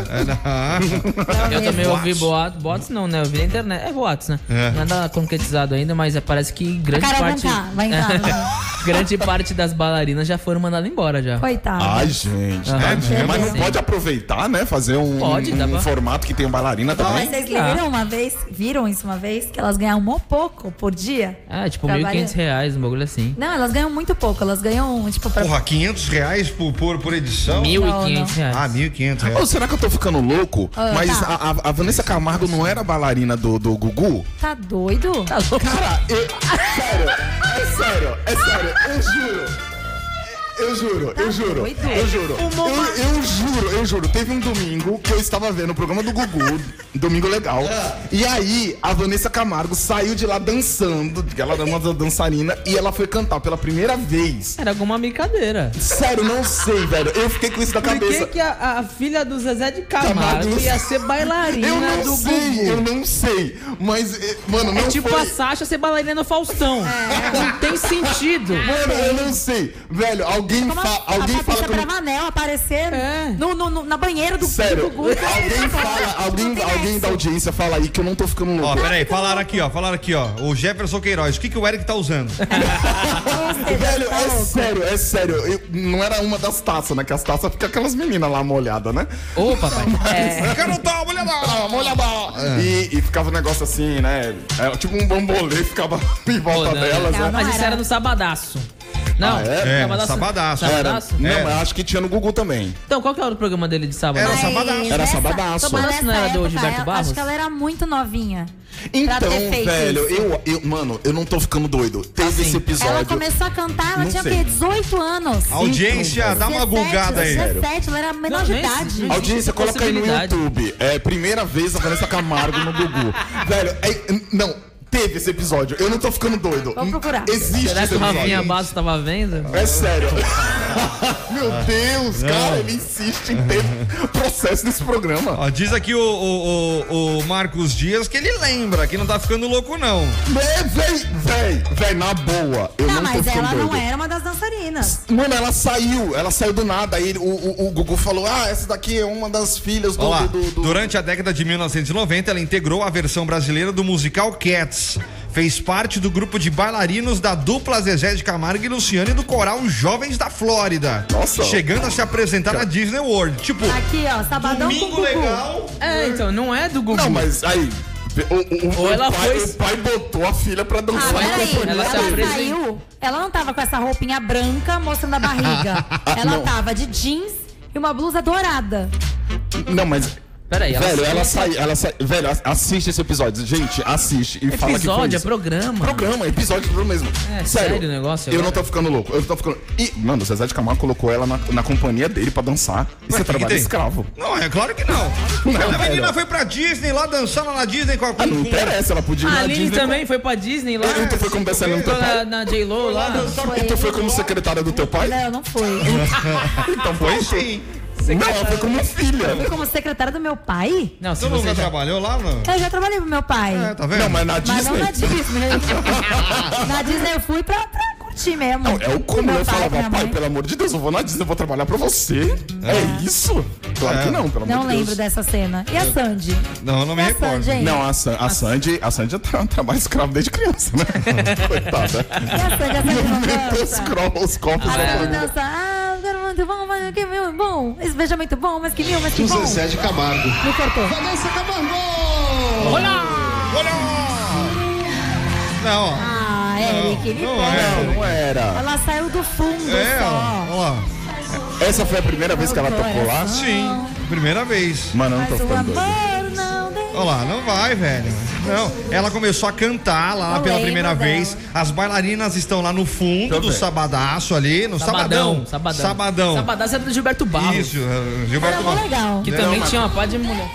Speaker 5: não.
Speaker 8: Eu também ouvi
Speaker 5: Boatos.
Speaker 8: boatos. Boatos não, né? Eu vi na internet. É boatos, né?
Speaker 5: É.
Speaker 8: Nada concretizado ainda, mas é- parece que grande
Speaker 7: Cara, vai
Speaker 8: parte. É,
Speaker 7: entrar, vai entrar.
Speaker 8: grande parte das bailarinas já foram mandadas embora já.
Speaker 7: Coitado.
Speaker 6: Ai, gente.
Speaker 7: Ah,
Speaker 8: Aham.
Speaker 6: tadinha.
Speaker 8: É,
Speaker 6: Mas não
Speaker 8: sim.
Speaker 6: pode aproveitar, né? Fazer um,
Speaker 8: Pode,
Speaker 7: tá
Speaker 8: dá
Speaker 6: um
Speaker 8: pra-
Speaker 6: formato que tem bailarina
Speaker 7: Não,
Speaker 6: também.
Speaker 7: mas vocês viram uma vez, viram isso uma vez, que elas ganham mó pouco por dia?
Speaker 8: Ah, tipo, R$
Speaker 7: Trabalha-
Speaker 8: 1.500 reais, um bagulho assim.
Speaker 7: Não, elas ganham muito pouco, elas ganham, tipo, pra...
Speaker 5: Porra, 500 reais por, por, por edição?
Speaker 8: R$
Speaker 7: Não,
Speaker 8: 1.500 reais.
Speaker 5: Ah, 1.500
Speaker 6: Ou
Speaker 5: reais.
Speaker 6: É. será que eu tô ficando louco?
Speaker 7: Ah,
Speaker 6: mas
Speaker 7: tá.
Speaker 6: a, a- a Vanessa Camargo não era bailarina do, do Gugu?
Speaker 7: Tá doido?
Speaker 6: Cara, eu. Sério, é sério, é sério, eu juro. Eu juro,
Speaker 7: Tá
Speaker 6: eu juro,
Speaker 7: doido?
Speaker 6: eu juro. Eu, eu juro, eu juro. Teve um domingo que eu estava vendo o programa do Gugu, Domingo Legal. E aí, a Vanessa Camargo saiu de lá dançando, porque ela era uma dançarina, e ela foi cantar pela primeira vez.
Speaker 8: Era alguma brincadeira.
Speaker 6: Sério, não sei, velho. Eu fiquei com isso na
Speaker 4: Por que,
Speaker 6: cabeça.
Speaker 4: que a, a filha do Zezé de Camargo
Speaker 6: Camargo.
Speaker 4: ia ser bailarina
Speaker 6: Eu não
Speaker 4: do
Speaker 6: sei,
Speaker 4: Gugu?
Speaker 6: eu não sei. Mas, eh, mano, não
Speaker 8: É tipo
Speaker 6: foi...
Speaker 7: assim,
Speaker 8: a Sasha ser bailarina no Faustão.
Speaker 4: É.
Speaker 8: Não tem sentido.
Speaker 6: Mano, eu não sei. Velho, alguém,
Speaker 7: Como
Speaker 6: fa...
Speaker 7: a, a
Speaker 6: alguém
Speaker 7: Patrícia
Speaker 6: fala comigo.
Speaker 7: Bravanel aparecer
Speaker 8: É.
Speaker 7: no, no- no- na banheira do,
Speaker 6: Sério,
Speaker 7: do Gugu.
Speaker 6: alguém fala,
Speaker 7: Não
Speaker 6: alguém,
Speaker 7: tem
Speaker 6: alguém um-
Speaker 7: essa.
Speaker 6: da audiência fala aí que eu não tô ficando
Speaker 5: Ó,
Speaker 6: louco.
Speaker 5: peraí, falaram aqui, ó, falaram aqui, ó. O Jefferson Queiroz, o que, que o Eric tá usando?
Speaker 6: Velho,
Speaker 7: tá
Speaker 6: é sério, é sério. Eu- não era uma das taças, né? Que as taças ficam aquelas meninas lá molhadas, né?
Speaker 8: Ô, papai. É.
Speaker 5: Eu quero dar uma olhada.
Speaker 6: Ah, molhada! E, e ficava um negócio assim, né? Era tipo um bambolê, ficava em volta
Speaker 8: Rodando.
Speaker 6: delas, né?
Speaker 8: Mas isso
Speaker 7: era.
Speaker 8: era no sabadaço. Não,
Speaker 6: Ah, é?
Speaker 5: É, sabadaço.
Speaker 6: Era,
Speaker 8: Sabadaço?
Speaker 6: não,
Speaker 5: É.
Speaker 6: mas acho que tinha no Google também.
Speaker 8: Então, qual que era o programa dele de sábado?
Speaker 5: Era
Speaker 7: Mas
Speaker 5: sabadaço.
Speaker 6: Era
Speaker 7: nessa-
Speaker 6: sabadaço.
Speaker 7: mas
Speaker 8: Sabadaço não
Speaker 7: nessa
Speaker 8: era do
Speaker 7: época,
Speaker 8: Gilberto
Speaker 7: ela-
Speaker 8: Barros?
Speaker 7: Acho que ela era muito novinha.
Speaker 6: Então,
Speaker 7: ter feito
Speaker 6: velho,
Speaker 7: isso. Assim,
Speaker 6: eu, eu, mano, eu não tô ficando doido. Teve esse episódio.
Speaker 7: Ela começou a cantar, ela
Speaker 6: Não
Speaker 7: tinha o
Speaker 6: sei.
Speaker 7: quê? 18 anos.
Speaker 5: Audiência, dá uma
Speaker 7: 17,
Speaker 5: gulgada aí.
Speaker 7: 17, ela era menor
Speaker 8: Não,
Speaker 7: de
Speaker 8: nem-
Speaker 7: idade.
Speaker 8: nem-
Speaker 6: Audiência, coloca aí no
Speaker 8: Possibilidade.
Speaker 6: YouTube. É, primeira vez a Vanessa Camargo no Gugu. Velho, é- não, teve esse episódio. Eu não tô ficando doido.
Speaker 7: Vou procurar.
Speaker 6: Existe
Speaker 8: Será
Speaker 6: esse
Speaker 8: que o Rafinha
Speaker 6: episódio.
Speaker 8: Basso tava vendo?
Speaker 6: É sério. Meu Deus, cara, ele insiste em ter processo nesse programa.
Speaker 5: Ó, diz aqui o, o- o- o Marcos Dias que ele lembra, que não tá ficando louco, não.
Speaker 6: É, véi, véi, véi, na boa. Eu
Speaker 7: Não,
Speaker 6: não, tô
Speaker 7: mas
Speaker 6: ficando
Speaker 7: ela
Speaker 6: doido.
Speaker 7: não é. era uma das dançarinas.
Speaker 6: Mano, ela saiu, ela saiu do nada. Aí o, o, o Gugu falou: Ah, essa daqui é uma das filhas do.
Speaker 5: Ó lá,
Speaker 6: do- do-
Speaker 5: durante a década de 1990, ela integrou a versão brasileira do musical Cats. Fez parte do grupo de bailarinos da dupla Zezé de Camargo e Luciane do coral Jovens da Flórida.
Speaker 6: Nossa.
Speaker 5: Chegando a se apresentar na Disney World. Tipo,
Speaker 7: Aqui, ó, sabadão com
Speaker 5: domingo
Speaker 7: Gugu.
Speaker 5: legal.
Speaker 8: É, então, não é do Gugu.
Speaker 6: Não, mas aí. O, o-
Speaker 8: Ou
Speaker 6: o
Speaker 8: ela
Speaker 6: pai,
Speaker 8: foi-
Speaker 6: o pai botou a filha pra dançar
Speaker 7: Ah,
Speaker 6: em
Speaker 7: peraí,
Speaker 6: companhia
Speaker 7: ela,
Speaker 8: Ela se
Speaker 6: dele.
Speaker 8: apresenta-
Speaker 7: saiu. Ela não tava com essa roupinha branca mostrando a barriga. ela
Speaker 6: não.
Speaker 7: tava de jeans e uma blusa dourada.
Speaker 6: Não, mas.
Speaker 8: Peraí, ela
Speaker 6: velho,
Speaker 8: saiu-
Speaker 6: ela sai, ela sai. Velho, ass- assiste esse episódio. Gente, assiste e fala que foi
Speaker 8: Episódio, é
Speaker 6: isso.
Speaker 8: programa.
Speaker 6: Programa, episódio do programa mesmo.
Speaker 8: É, sério o negócio
Speaker 6: Eu
Speaker 8: agora?
Speaker 6: não tô ficando louco. Eu não tô ficando. E, mano, o Zezé de Camargo colocou ela na, na companhia dele pra dançar. Isso
Speaker 5: Ué,
Speaker 6: é
Speaker 5: que que
Speaker 6: trabalho
Speaker 5: tem?
Speaker 6: escravo.
Speaker 5: Não, é claro que não.
Speaker 6: Não,
Speaker 5: a menina
Speaker 6: velho.
Speaker 5: foi pra Disney lá dançar lá na Disney com a
Speaker 6: Ah, não
Speaker 5: com-
Speaker 6: interessa, ela podia ir
Speaker 8: A
Speaker 6: na
Speaker 8: Aline
Speaker 6: Disney
Speaker 8: também foi pra Disney lá.
Speaker 6: com- E tu foi como best-seller do teu
Speaker 8: Ficou na,
Speaker 6: pai?
Speaker 8: na J-Lo lá.
Speaker 6: E tu foi como secretária do teu pai?
Speaker 7: "Ah, Não, não foi.
Speaker 6: Então foi sim. Não, ela foi como filha.
Speaker 7: Fui como secretária do meu pai?
Speaker 8: Não, se
Speaker 5: Você nunca
Speaker 8: você já...
Speaker 5: trabalhou lá, mano?
Speaker 7: Eu já trabalhei pro meu pai.
Speaker 5: É, tá vendo?
Speaker 6: Não, mas na
Speaker 7: mas não
Speaker 6: Disney.
Speaker 7: na Disney. na Disney eu fui pra, pra curtir mesmo.
Speaker 6: Não, é o
Speaker 7: Com
Speaker 6: cúmulo.
Speaker 7: meu
Speaker 6: Eu
Speaker 7: minha
Speaker 6: falava, pai,
Speaker 7: mãe.
Speaker 6: pelo amor de Deus, eu vou na Disney, eu vou trabalhar pra você. É, isso? Claro
Speaker 12: É.
Speaker 6: que não, pelo
Speaker 7: Não
Speaker 6: amor de
Speaker 7: lembro
Speaker 6: Deus.
Speaker 7: dessa cena. E a Sandy?
Speaker 5: Não, não me
Speaker 7: e a
Speaker 5: recordo.
Speaker 7: Sandy, hein?
Speaker 6: Não, a, San- a Sandy, a Sandy é tra trabalha escravo desde criança, né? Coitada.
Speaker 7: E a Sandy, a Sandy não
Speaker 6: Movimentou os,
Speaker 7: dança.
Speaker 6: cro- os copos.
Speaker 7: A
Speaker 6: da
Speaker 7: Sandy
Speaker 6: família.
Speaker 7: dança. Ah, eu quero tanto, bom, mas que mil, bom. Esse beijo é muito bom, mas que mil, mas que bom.
Speaker 13: José de Camargo.
Speaker 7: Me cortou.
Speaker 13: Vanessa Camargo!
Speaker 7: Olá!
Speaker 5: Não, ó.
Speaker 7: Ah, Eric, me
Speaker 6: Não é. era,
Speaker 7: corta.
Speaker 6: não era.
Speaker 7: Ela saiu do fundo
Speaker 5: É,
Speaker 7: só.
Speaker 5: ó. ó.
Speaker 6: Essa foi a primeira vez que ela tocou lá?
Speaker 5: Sim, primeira vez.
Speaker 6: Mano, eu não tô
Speaker 7: Mas o
Speaker 6: ficando doido.
Speaker 7: amor não deixa.
Speaker 5: Olha lá, não vai, velho. Não, ela começou a cantar lá
Speaker 7: Eu
Speaker 5: pela
Speaker 7: lembro
Speaker 5: primeira
Speaker 7: dela.
Speaker 5: vez. As bailarinas estão lá no fundo do
Speaker 8: bem.
Speaker 5: sabadaço ali, no sabadão.
Speaker 8: Sabadão.
Speaker 5: Sabadão.
Speaker 8: Sabadão era do Gilberto Barros.
Speaker 5: Isso, eh, Gilberto
Speaker 7: Era mó
Speaker 5: Barros.
Speaker 7: legal.
Speaker 8: Que
Speaker 5: Não,
Speaker 8: também
Speaker 5: mas-
Speaker 8: tinha uma pá de mulher.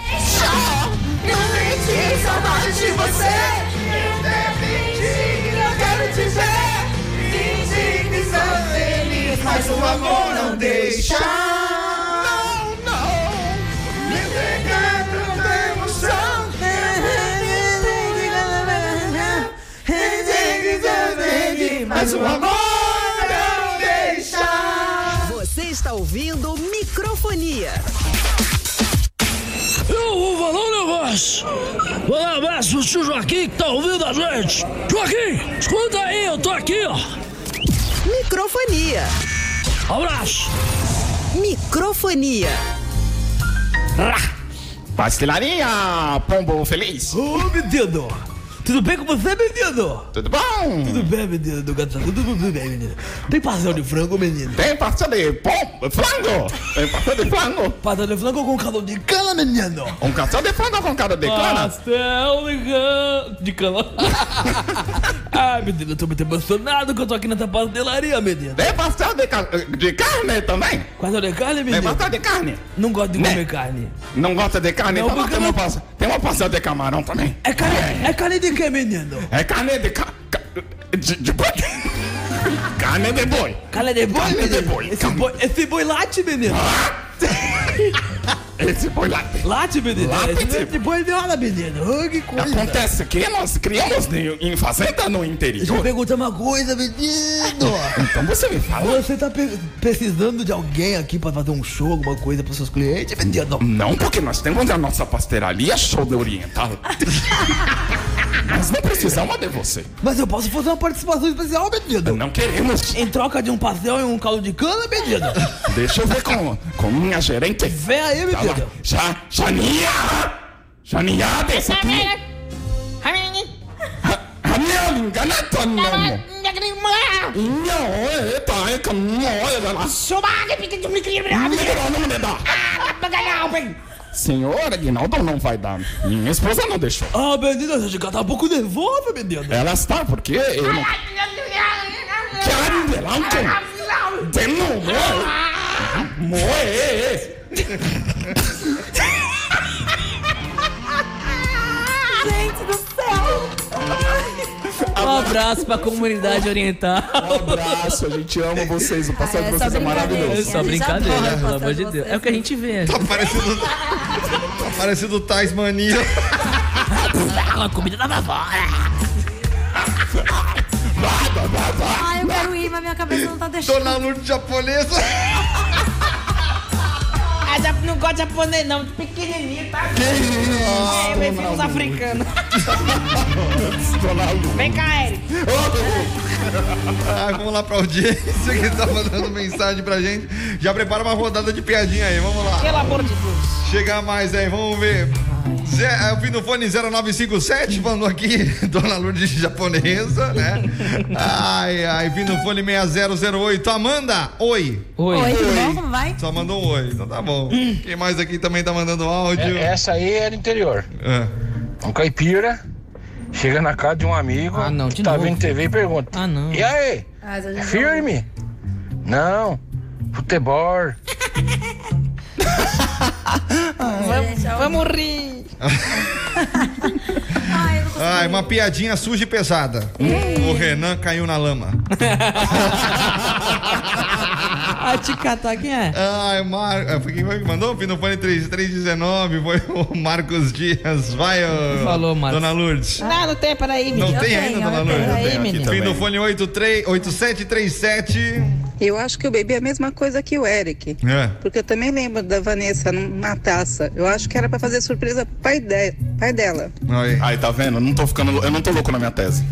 Speaker 13: Mas o amor não deixa. Mas o um amor não deixa.
Speaker 3: Você está ouvindo microfonia.
Speaker 1: Eu vou falar um negócio. Vou dar um abraço pro tio Joaquim que tá ouvindo a gente. Joaquim, escuta aí, eu tô aqui, ó.
Speaker 3: Microfonia.
Speaker 1: Abraço.
Speaker 3: Microfonia.
Speaker 6: Pastelaria, pombo feliz.
Speaker 12: Ô, menino! Tudo bem com você, menino?
Speaker 6: Tudo bom?
Speaker 12: Tudo bem, menino do gato. Tudo, tudo bem, menino. Tem pastel de frango, menino?
Speaker 6: Tem pastel de pombo, frango. Tem pastel de frango.
Speaker 12: Pastel de frango com caldo de cana, menino.
Speaker 6: Um pastel de frango com cara de cana.
Speaker 12: Pastel de cana. De cana. Ai, menino, eu tô muito emocionado que eu tô aqui nessa pastelaria, menino.
Speaker 6: Tem pastel de, ca- de carne também.
Speaker 12: Pastel de carne,
Speaker 6: Tem
Speaker 12: menino?
Speaker 6: pastel de carne.
Speaker 12: Não gosto de
Speaker 6: Né?
Speaker 12: comer carne.
Speaker 6: Não gosta de carne?
Speaker 12: Não,
Speaker 6: Então lá
Speaker 12: porque
Speaker 6: tem,
Speaker 12: não-
Speaker 6: uma pastel, tem uma pastel de camarão também.
Speaker 12: É carne, é carne de quê, menino?
Speaker 6: É carne de... Ca, ca- de, de boi. carne de boi.
Speaker 12: Carne de boi,
Speaker 6: Carne de
Speaker 12: menino?
Speaker 6: boi,
Speaker 12: Esse
Speaker 6: carne.
Speaker 12: boi, esse boi late, menino.
Speaker 6: Esse boi lá.
Speaker 12: Late, menino.
Speaker 6: Late. tipo.
Speaker 12: Esse boi de boi de hora, menino. Ô, que coisa.
Speaker 6: Acontece que nós criamos em- em fazenda no
Speaker 12: Deixa eu
Speaker 6: interior.
Speaker 12: perguntar uma coisa, menino!
Speaker 6: Então você me fala.
Speaker 12: Você tá pe- precisando de alguém aqui pra fazer um show, alguma coisa pros seus clientes, menino?
Speaker 6: Não, porque nós temos a nossa pastelaria show de oriental. nós não precisamos de você.
Speaker 12: Mas eu posso fazer uma participação especial, menino!
Speaker 6: Não queremos.
Speaker 12: Em troca de um pastel e um caldo de cana, menino!
Speaker 6: Deixa eu ver com, com minha gerente.
Speaker 12: Vem aí,
Speaker 6: Tá lá.
Speaker 12: menino!
Speaker 6: Ja, Janinha! Janinha, desce aqui! Janinha, enganato, não! Não, é, tá, é com minha olha da lá. Melhor não me dá. Senhor, Aguinaldo não vai dar. Minha esposa não deixou.
Speaker 12: Ah, menino, você já tá um pouco nervoso, menino!
Speaker 6: Ela está, porque eu não quero ver lá um tempo. Tem um não, moe. Moe.
Speaker 7: Gente do céu!
Speaker 8: Um abraço pra comunidade oriental.
Speaker 6: Um abraço, a gente ama vocês. O pastel
Speaker 7: Ah,
Speaker 6: de
Speaker 7: é só
Speaker 6: vocês é
Speaker 8: É
Speaker 6: maravilhoso.
Speaker 8: só
Speaker 7: Eles adoram
Speaker 8: brincadeira,
Speaker 7: o
Speaker 8: pelo
Speaker 4: tá
Speaker 7: pastel
Speaker 8: amor de
Speaker 7: de
Speaker 8: Deus.
Speaker 7: vocês.
Speaker 8: É o que a gente vê.
Speaker 5: Tá parecendo. tá parecendo Tasmania.
Speaker 8: A comida da vovó.
Speaker 7: Ai, eu quero ir, mas minha cabeça não tá
Speaker 5: Tô
Speaker 7: deixando.
Speaker 5: na luta japonesa.
Speaker 4: Ah, já- não gosto de japonês, não. Pequenininho, tá? É, eu prefiro os africanos. Vem cá, Eric.
Speaker 5: Ah, vamos lá pra audiência que tá mandando mensagem pra gente. Já prepara uma rodada de piadinha aí, vamos lá.
Speaker 4: Pelo amor de Deus.
Speaker 5: Chegar mais aí, vamos ver. Zé, eu vi no fone 0957, mandou aqui, Dona Lourdes japonesa, né? Ai, ai, vi no fone 6008. Amanda, oi.
Speaker 8: Oi.
Speaker 7: Oi, tudo bom? Como vai?
Speaker 5: Só mandou um oi, então tá bom. Quem mais aqui também tá mandando áudio?
Speaker 9: Essa aí é do interior.
Speaker 5: Ah.
Speaker 9: Um caipira chega na casa de um amigo
Speaker 8: Ah, não, de
Speaker 9: que tá
Speaker 8: novo.
Speaker 9: vendo TV e pergunta:
Speaker 8: Ah, não.
Speaker 9: E aí?
Speaker 7: Ah, já- já-
Speaker 9: É firme? Não, futebol.
Speaker 7: Gente, ó.
Speaker 4: Vamos rir.
Speaker 7: Ai, eu não consigo.
Speaker 5: Ai, uma piadinha suja e pesada. O Renan caiu na lama.
Speaker 8: A Ticatá, quem é?
Speaker 5: Ai, Marcos. Quem foi que mandou? O Pinofone 3319 foi o Marcos Dias. Vai, ô,
Speaker 8: Falou, Marcos.
Speaker 5: Dona Lourdes.
Speaker 4: Não, não tem, peraí,
Speaker 5: Não
Speaker 4: menino.
Speaker 5: tem
Speaker 7: tenho,
Speaker 5: ainda,
Speaker 7: eu
Speaker 5: Dona
Speaker 7: tenho.
Speaker 5: Lourdes?
Speaker 4: Aí, menino.
Speaker 5: Fim do fone 83 8737.
Speaker 14: Eu acho que eu bebi a mesma coisa que o Eric.
Speaker 5: É.
Speaker 14: Porque eu também lembro da Vanessa numa taça. Eu acho que era pra fazer surpresa pro pai, de- pai dela.
Speaker 5: Aí.
Speaker 6: Ah, Aí, tá vendo? Eu não tô ficando, lou- eu não tô louco na minha tese.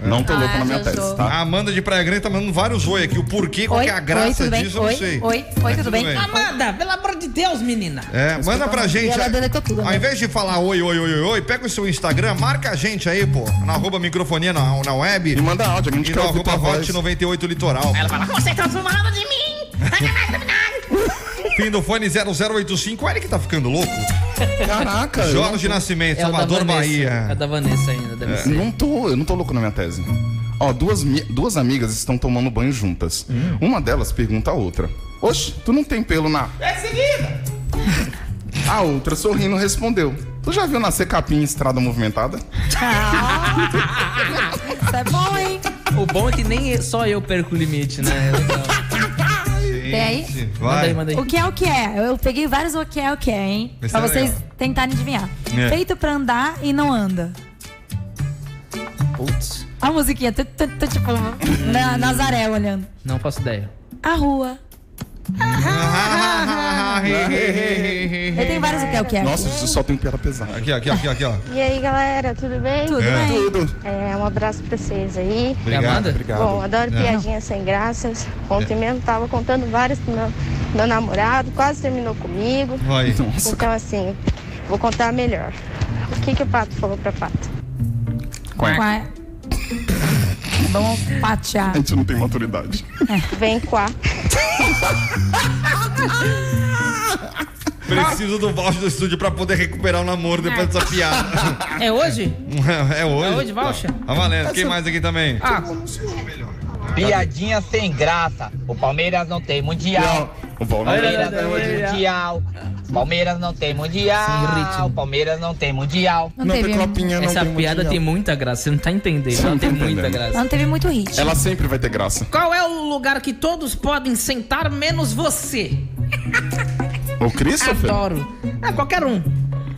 Speaker 6: Não tô louco na minha tese, tá?
Speaker 5: A Amanda de Praia Grande tá mandando vários oi aqui. O porquê, qual que é a graça
Speaker 7: tudo bem?
Speaker 5: disso,
Speaker 7: oi,
Speaker 5: eu não sei.
Speaker 7: Oi,
Speaker 5: Mas
Speaker 7: oi, tudo bem?
Speaker 4: Amanda, pelo amor de Deus, menina.
Speaker 5: É, manda pra gente.
Speaker 7: Ela deletou tudo,
Speaker 5: Ao
Speaker 7: né?
Speaker 5: invés de falar oi, oi, oi, oi, oi, pega o seu Instagram, marca a gente aí, pô, na arroba microfonia na, na web. E manda áudio, a gente
Speaker 6: quer ouvir
Speaker 5: arroba
Speaker 6: tua voz.
Speaker 5: hot 98 litoral.
Speaker 15: Ela fala, você tá falando de mim!
Speaker 5: Fim do fone 0085, olha que tá ficando louco.
Speaker 6: Caraca, eu não
Speaker 5: Jorge
Speaker 6: tô.
Speaker 5: de Nascimento,
Speaker 6: É o da
Speaker 5: Salvador,
Speaker 6: Vanessa.
Speaker 5: Bahia.
Speaker 6: É
Speaker 8: da Vanessa ainda, deve
Speaker 6: É,
Speaker 8: ser.
Speaker 6: Não tô, eu não tô louco na minha tese. Ó, duas, mi- duas amigas estão tomando banho juntas.
Speaker 4: Hum.
Speaker 6: Uma delas pergunta à outra: Oxe, tu não tem pelo na.
Speaker 4: É seguida.
Speaker 6: A outra, sorrindo, respondeu: Tu já viu nascer capim em estrada movimentada?
Speaker 7: Isso é bom, hein?
Speaker 8: O bom é que nem só eu perco o limite, né? É legal.
Speaker 7: Tem aí?
Speaker 6: tá
Speaker 8: Vai. Manda aí, manda aí.
Speaker 7: O que é o que é? Eu peguei vários o que é o que é, hein?
Speaker 8: Esse
Speaker 7: pra
Speaker 8: é
Speaker 7: vocês
Speaker 8: legal.
Speaker 7: tentarem adivinhar.
Speaker 8: É.
Speaker 7: Feito pra andar e não anda.
Speaker 8: Putz,
Speaker 7: A musiquinha, tô, tô- tô, tipo, na, Nazaré olhando.
Speaker 8: não faço ideia.
Speaker 7: A rua.
Speaker 6: Eu
Speaker 7: tenho vários o que é o que é.
Speaker 6: Nossa, isso só tem piada pesada.
Speaker 5: Aqui, aqui, aqui, aqui, ó.
Speaker 16: E aí, galera, tudo bem?
Speaker 6: Tudo É. bem. Tudo.
Speaker 16: É, um abraço pra vocês aí.
Speaker 6: Obrigado, É, Amanda? obrigado.
Speaker 16: Bom, adoro
Speaker 6: É.
Speaker 16: piadinhas sem graças. Ontem mesmo tava contando várias pro meu, meu namorado, quase terminou comigo.
Speaker 5: É. Vai. Nossa.
Speaker 16: Então, assim, vou contar a melhor. O que que o Pato falou pra Pato?
Speaker 7: Quá. Vamos patear.
Speaker 6: A gente não tem maturidade.
Speaker 16: Vem quá.
Speaker 5: Preciso do voucher do estúdio pra poder recuperar o namoro depois dessa piada.
Speaker 4: É hoje?
Speaker 5: É hoje.
Speaker 4: É hoje, voucher? É
Speaker 5: Tá valendo. Quem mais aqui também?
Speaker 4: Ah,
Speaker 6: assim?
Speaker 17: Piadinha sem graça. O Palmeiras não tem mundial.
Speaker 6: O
Speaker 17: Palmeiras não tem mundial. Palmeiras não tem mundial. Palmeiras não tem mundial.
Speaker 7: Não Não tem teve. copinha, não
Speaker 8: Essa
Speaker 7: tem
Speaker 8: piada
Speaker 7: mundial.
Speaker 8: tem muita graça, você não tá entendendo. Ela tem muita graça.
Speaker 7: Ela não teve muito hit.
Speaker 6: Ela sempre vai ter graça.
Speaker 4: Qual é o lugar que todos podem sentar menos você?
Speaker 6: O Christopher?
Speaker 4: Adoro. Ah, qualquer um.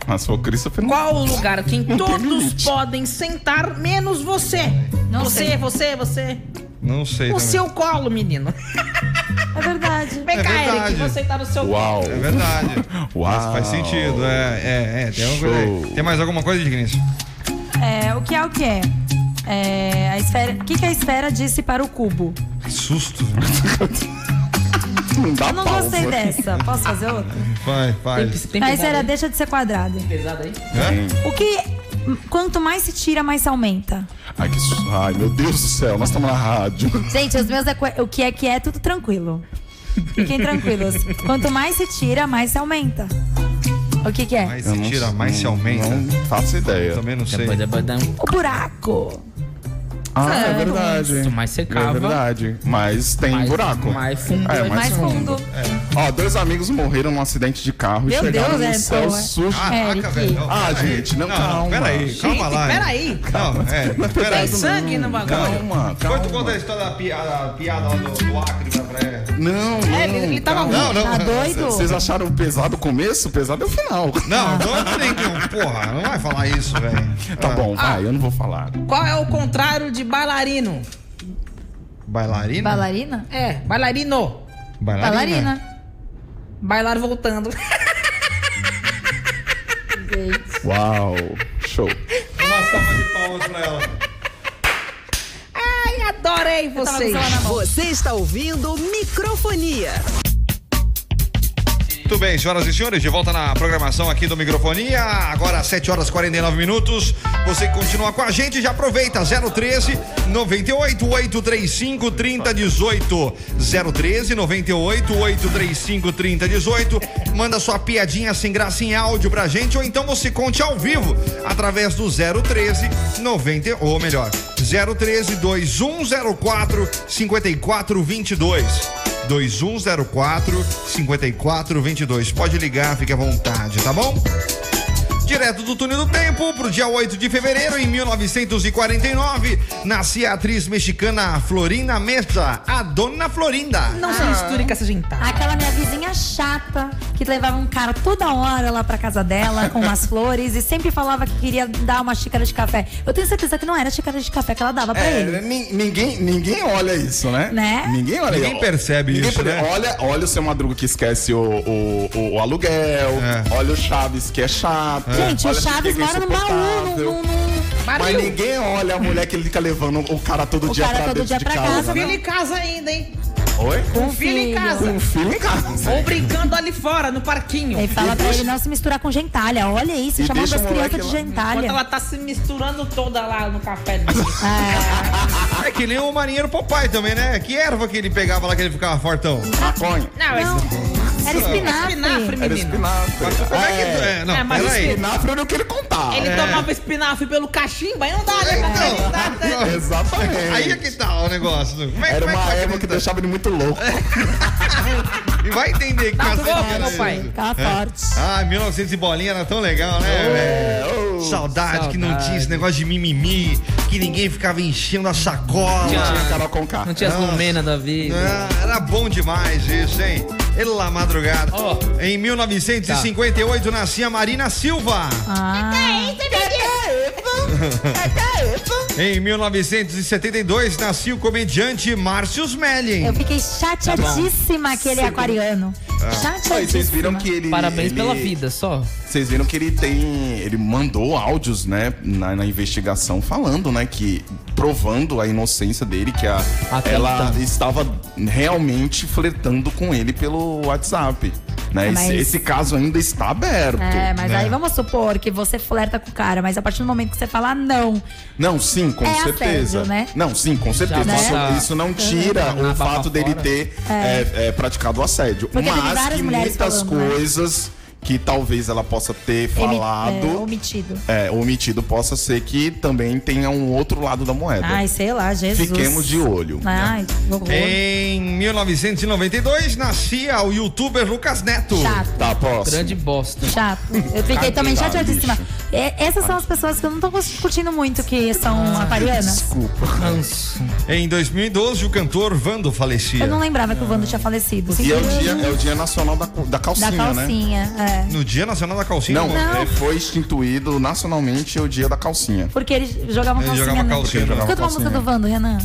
Speaker 6: Ah, se for o Christopher, não.
Speaker 4: Qual o lugar que
Speaker 6: Não tem
Speaker 4: todos
Speaker 6: limite.
Speaker 4: podem sentar menos você? você,
Speaker 7: sei.
Speaker 4: você, você.
Speaker 5: Não sei.
Speaker 4: O
Speaker 5: também.
Speaker 4: seu colo, menino.
Speaker 7: É verdade.
Speaker 4: Vem
Speaker 5: É
Speaker 4: cá,
Speaker 5: verdade.
Speaker 4: Eric, vou sentar no seu
Speaker 6: Uau.
Speaker 5: É verdade.
Speaker 6: Ah.
Speaker 5: Mas faz sentido. É, é, é. Tem, alguma coisa aí. Tem mais alguma coisa, Dignício?
Speaker 7: É, o que é o que é? É, a esfera... O que, que a esfera disse para o cubo?
Speaker 5: Que susto.
Speaker 6: Não dá
Speaker 7: Eu não gostei dessa. Posso fazer outra?
Speaker 5: Vai, vai.
Speaker 7: a esfera deixa de ser quadrada.
Speaker 4: pesado aí?
Speaker 6: É.
Speaker 7: O que... Quanto mais se tira, mais se aumenta.
Speaker 6: Ai, que su- Ai, meu Deus do céu, nós estamos na rádio.
Speaker 7: Gente, os meus é que- o que é que é, tudo tranquilo. Fiquem tranquilos. Quanto mais se tira, mais se aumenta. O que que é?
Speaker 5: Mais se tira, mais se aumenta. Não
Speaker 6: faço ideia.
Speaker 5: Também não sei.
Speaker 8: é um
Speaker 7: O buraco.
Speaker 6: Ah, é,
Speaker 7: Certo.
Speaker 6: verdade.
Speaker 8: mais você
Speaker 6: É
Speaker 8: cava,
Speaker 6: verdade. Mas tem um buraco. Mais fundo.
Speaker 7: É mais fundo.
Speaker 6: Ó, dois amigos morreram num acidente de carro e
Speaker 7: Meu
Speaker 6: chegaram
Speaker 7: Deus,
Speaker 6: no
Speaker 7: é,
Speaker 6: céu
Speaker 7: pô, é.
Speaker 6: sujo.
Speaker 7: Caraca, Eric. velho, não,
Speaker 6: Ah,
Speaker 7: peraí.
Speaker 6: gente, não,
Speaker 5: Não, não,
Speaker 6: calma.
Speaker 5: peraí, calma lá, Gente,
Speaker 4: peraí.
Speaker 5: Não, é. Pera
Speaker 4: Tem sangue no bagulho.
Speaker 6: Calma,
Speaker 5: Depois tu conta a história da piada, a piada lá do, do Acre pra praia.
Speaker 6: Não,
Speaker 4: É,
Speaker 6: não,
Speaker 4: ele tava
Speaker 6: calma.
Speaker 4: ruim. Tá doido?
Speaker 6: Vocês acharam pesado o começo? Pesado é o final.
Speaker 5: Não, doido nenhum. Porra, não vai falar isso, velho.
Speaker 6: Tá bom, vai, eu não vou falar.
Speaker 4: Qual é o contrário de bailarino?
Speaker 5: Bailarina?
Speaker 7: Bailarina?
Speaker 4: É, bailarino. Bailar voltando.
Speaker 6: Uau, show.
Speaker 5: Uma salva de palmas pra ela.
Speaker 4: Ai, adorei vocês.
Speaker 18: Você está ouvindo Microfonia.
Speaker 5: Muito bem, senhoras e senhores, de volta na programação aqui do Microfonia, agora às 7 horas e 49 minutos. Você que continua com a gente, já aproveita 013 98 835 3018. 013 98 835 3018. Manda sua piadinha sem graça em áudio pra gente ou então você conte ao vivo através do 013 90, ou melhor, 013 2104 5422. 2104 5422. Pode ligar, fique à vontade, tá bom? Direto do túnel do tempo, pro dia 8 de fevereiro, em 1949, nascia a atriz mexicana Florinda Mesa, a Dona Florinda.
Speaker 4: Não se tá. misture com essa gentada.
Speaker 7: Aquela minha vizinha chata que levava um cara toda hora lá pra casa dela com umas flores e sempre falava que queria dar uma xícara de café. Eu tenho certeza que não era xícara de café que ela dava pra
Speaker 6: É,
Speaker 7: ele.
Speaker 6: nin- ninguém, ninguém olha isso, né?
Speaker 7: Né?
Speaker 6: Ninguém olha
Speaker 5: Ninguém percebe
Speaker 6: Ninguém
Speaker 5: isso, né?
Speaker 6: Olha, olha o seu Madruga que esquece o, o, o- o aluguel. Olha o Chaves que é chato.
Speaker 7: Gente,
Speaker 6: olha
Speaker 7: o Chaves
Speaker 6: Chiquinha
Speaker 7: mora
Speaker 6: que é
Speaker 7: num baú,
Speaker 6: insuportável.
Speaker 7: num, num- num-
Speaker 6: Mas ninguém olha a mulher que ele fica levando o cara todo
Speaker 4: O
Speaker 6: dia
Speaker 4: cara
Speaker 6: pra
Speaker 4: todo
Speaker 6: dentro
Speaker 4: dia
Speaker 6: de
Speaker 4: pra
Speaker 6: casa.
Speaker 4: casa,
Speaker 6: né?
Speaker 4: filho em casa ainda, hein?
Speaker 6: Oi?
Speaker 4: Com um filho em casa.
Speaker 6: Com um filho em casa.
Speaker 4: Ou brincando ali fora, no parquinho.
Speaker 7: Ele fala pra ele não se misturar com gentalha. Olha isso,
Speaker 4: E
Speaker 7: chamando
Speaker 4: deixa
Speaker 7: as
Speaker 4: o moleque
Speaker 7: crianças de
Speaker 4: lá.
Speaker 7: gentalha.
Speaker 4: Enquanto ela tá se misturando toda lá no café dele.
Speaker 5: É que nem o marinheiro Popeye também, né? Que erva que ele pegava lá que ele ficava fortão? Maconha.
Speaker 4: Não,
Speaker 7: É,
Speaker 4: esse...
Speaker 5: Era espinafre.
Speaker 4: espinafre, menino.
Speaker 5: Mas como é que... É, não,
Speaker 4: É, mas
Speaker 5: peraí.
Speaker 4: espinafre
Speaker 6: eu não quero contar.
Speaker 4: Ele
Speaker 5: É.
Speaker 4: tomava espinafre pelo cachimbo, aí não dá, né? Não,
Speaker 6: Exatamente.
Speaker 5: Aí é que tá o negócio. Como é,
Speaker 6: Era
Speaker 5: como é
Speaker 6: uma
Speaker 5: que É, vai
Speaker 6: época que deixava ele muito louco.
Speaker 5: E vai entender que
Speaker 6: Tá
Speaker 5: cacete
Speaker 6: louco,
Speaker 5: era
Speaker 6: meu pai.
Speaker 5: isso.
Speaker 6: Tá
Speaker 5: É.
Speaker 6: forte.
Speaker 5: Ah, 1900 e bolinha era tão legal, né?
Speaker 6: É.
Speaker 5: velho? saudade, que não tinha esse negócio de mimimi, que ninguém ficava enchendo a sacola.
Speaker 8: Não tinha
Speaker 5: Carol
Speaker 6: Conká.
Speaker 8: Não tinha as Lumena da vida.
Speaker 5: Ah, era bom demais isso, hein? Ele lá madrugada. Em 1958 nascia Marina Silva.
Speaker 7: Ah.
Speaker 5: Em 1972 nascia o comediante Márcio Smelling.
Speaker 7: Eu fiquei chateadíssima que ele é
Speaker 5: Sim.
Speaker 7: aquariano.
Speaker 5: Ah.
Speaker 6: Aí vocês viram que ele.
Speaker 8: né? Parabéns
Speaker 6: ele-
Speaker 8: pela vida, só.
Speaker 6: Vocês viram que ele tem. Ele mandou áudios, né, na, na investigação falando, né, que. provando a inocência dele, que a,
Speaker 8: Atenta.
Speaker 6: ela estava realmente flertando com ele pelo WhatsApp. Né?
Speaker 7: Ah, Mas-
Speaker 6: Esse, esse caso ainda está aberto.
Speaker 7: É, mas
Speaker 6: né?
Speaker 7: aí vamos supor que você flerta com o cara, mas a partir do momento que você falar não,
Speaker 6: Não, sim, com
Speaker 7: É assédio,
Speaker 6: certeza.
Speaker 7: né?
Speaker 6: Não, sim, com certeza.
Speaker 7: Já
Speaker 6: Isso,
Speaker 7: tá.
Speaker 6: isso não tira
Speaker 7: Uhum.
Speaker 6: o fato dele
Speaker 7: fora.
Speaker 6: ter
Speaker 7: É.
Speaker 6: é, é, praticado o assédio.
Speaker 7: Porque tem
Speaker 6: mas
Speaker 7: várias
Speaker 6: que
Speaker 7: mulheres
Speaker 6: muitas
Speaker 7: falando, né?
Speaker 6: coisas que talvez ela possa ter
Speaker 7: emi-
Speaker 6: falado.
Speaker 7: é, omitido.
Speaker 6: é, omitido possa ser que também tenha um outro lado da moeda.
Speaker 7: Ai, sei lá, Jesus.
Speaker 6: Fiquemos de olho. né?
Speaker 7: Ai, que horror.
Speaker 5: Em 1992 nascia o youtuber Lucas Neto.
Speaker 7: Chato.
Speaker 6: Tá, próximo.
Speaker 8: Grande bosta.
Speaker 7: Chato. Eu fiquei também
Speaker 5: Tá,
Speaker 7: chateadíssima. É, essas são as pessoas que eu não tô curtindo muito, que são
Speaker 6: Ah,
Speaker 7: aquarianas.
Speaker 6: Desculpa.
Speaker 5: Em 2012, o cantor Vando falecia.
Speaker 7: Eu não lembrava que o Wando tinha falecido.
Speaker 6: E é o,
Speaker 7: Sim.
Speaker 6: dia, é o Dia Nacional da, cu- da Calcinha,
Speaker 7: da
Speaker 6: né?
Speaker 7: calcinha, é.
Speaker 5: No Dia Nacional da Calcinha?
Speaker 6: Não,
Speaker 7: Não.
Speaker 6: é, foi instituído nacionalmente o Dia da Calcinha.
Speaker 7: Porque ele jogava
Speaker 6: Ele
Speaker 7: calcinha.
Speaker 6: jogava
Speaker 7: né?
Speaker 6: calcinha, jogava
Speaker 7: Canta uma
Speaker 6: calcinha.
Speaker 7: música do Wando, Renan.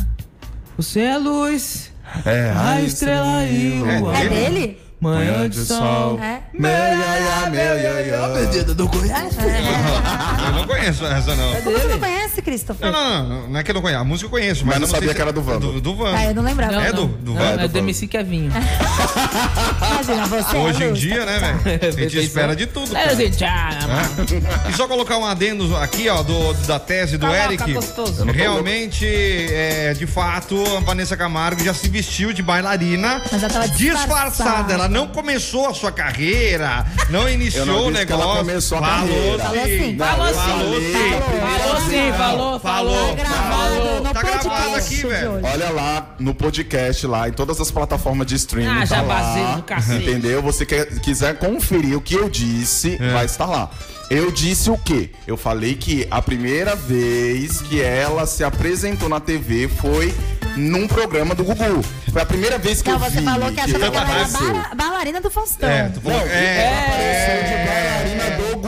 Speaker 8: Você é luz.
Speaker 6: É,
Speaker 8: a estrela e o
Speaker 7: É,
Speaker 8: ar.
Speaker 7: dele?
Speaker 8: Manhã de sol.
Speaker 7: É.
Speaker 8: Meu, ia, ia, meu, ia, ia. Perdida do Goiás.
Speaker 6: É.
Speaker 5: Eu não conheço essa, não.
Speaker 7: Como você não conhece, Christopher?
Speaker 5: Não, não, não, não é que eu não conheço. A música eu conheço, mas,
Speaker 6: Mas
Speaker 5: eu
Speaker 6: não
Speaker 5: sei
Speaker 6: sabia
Speaker 5: se
Speaker 6: que era do Vando.
Speaker 5: é Do, do Vando.
Speaker 7: Ah, eu não lembrava.
Speaker 5: É
Speaker 7: Não,
Speaker 5: do,
Speaker 7: não.
Speaker 5: do
Speaker 8: Não,
Speaker 5: Vando.
Speaker 8: é Demici Kevinho.
Speaker 7: Imagina, você.
Speaker 5: Hoje
Speaker 7: é
Speaker 5: em
Speaker 7: luz,
Speaker 5: dia,
Speaker 7: tá?
Speaker 5: né, velho? A gente
Speaker 8: Perfeição.
Speaker 5: espera de tudo.
Speaker 8: É,
Speaker 5: cara.
Speaker 8: gente, ah,
Speaker 5: É. E só colocar um adendo aqui, ó, do, da tese do
Speaker 8: Coloca,
Speaker 5: Eric.
Speaker 8: tá gostoso. Eu não tô
Speaker 5: Realmente, é, de fato, a Vanessa Camargo já se vestiu de bailarina
Speaker 7: Mas ela tava disfarçada.
Speaker 5: Ela não começou a sua carreira, não iniciou
Speaker 6: Eu não
Speaker 5: o
Speaker 6: disse que
Speaker 5: negócio.
Speaker 6: ela começou a
Speaker 5: falou
Speaker 6: carreira.
Speaker 5: Sim.
Speaker 6: Falou sim.
Speaker 5: Falou sim.
Speaker 8: Falou sim, falou, falou. falou.
Speaker 5: Tá gravado aqui, velho.
Speaker 6: Olha lá no podcast lá, em todas as plataformas de streaming. tá
Speaker 8: Ah, já
Speaker 6: lá,
Speaker 8: vazei do cacete.
Speaker 6: Entendeu? Você quer, quiser conferir o que eu disse, vai estar lá. Eu disse o quê? Eu falei que a primeira vez que ela se apresentou na TV foi num programa do Gugu. Foi a primeira vez que
Speaker 7: Não,
Speaker 6: eu
Speaker 7: Então, você
Speaker 6: vi.
Speaker 7: falou que achava que ela era
Speaker 6: apareceu.
Speaker 7: bara- bailarina do Faustão.
Speaker 6: É, tu falou-
Speaker 7: Não,
Speaker 6: é, ela apareceu de bailarina
Speaker 5: é.
Speaker 6: do Gugu.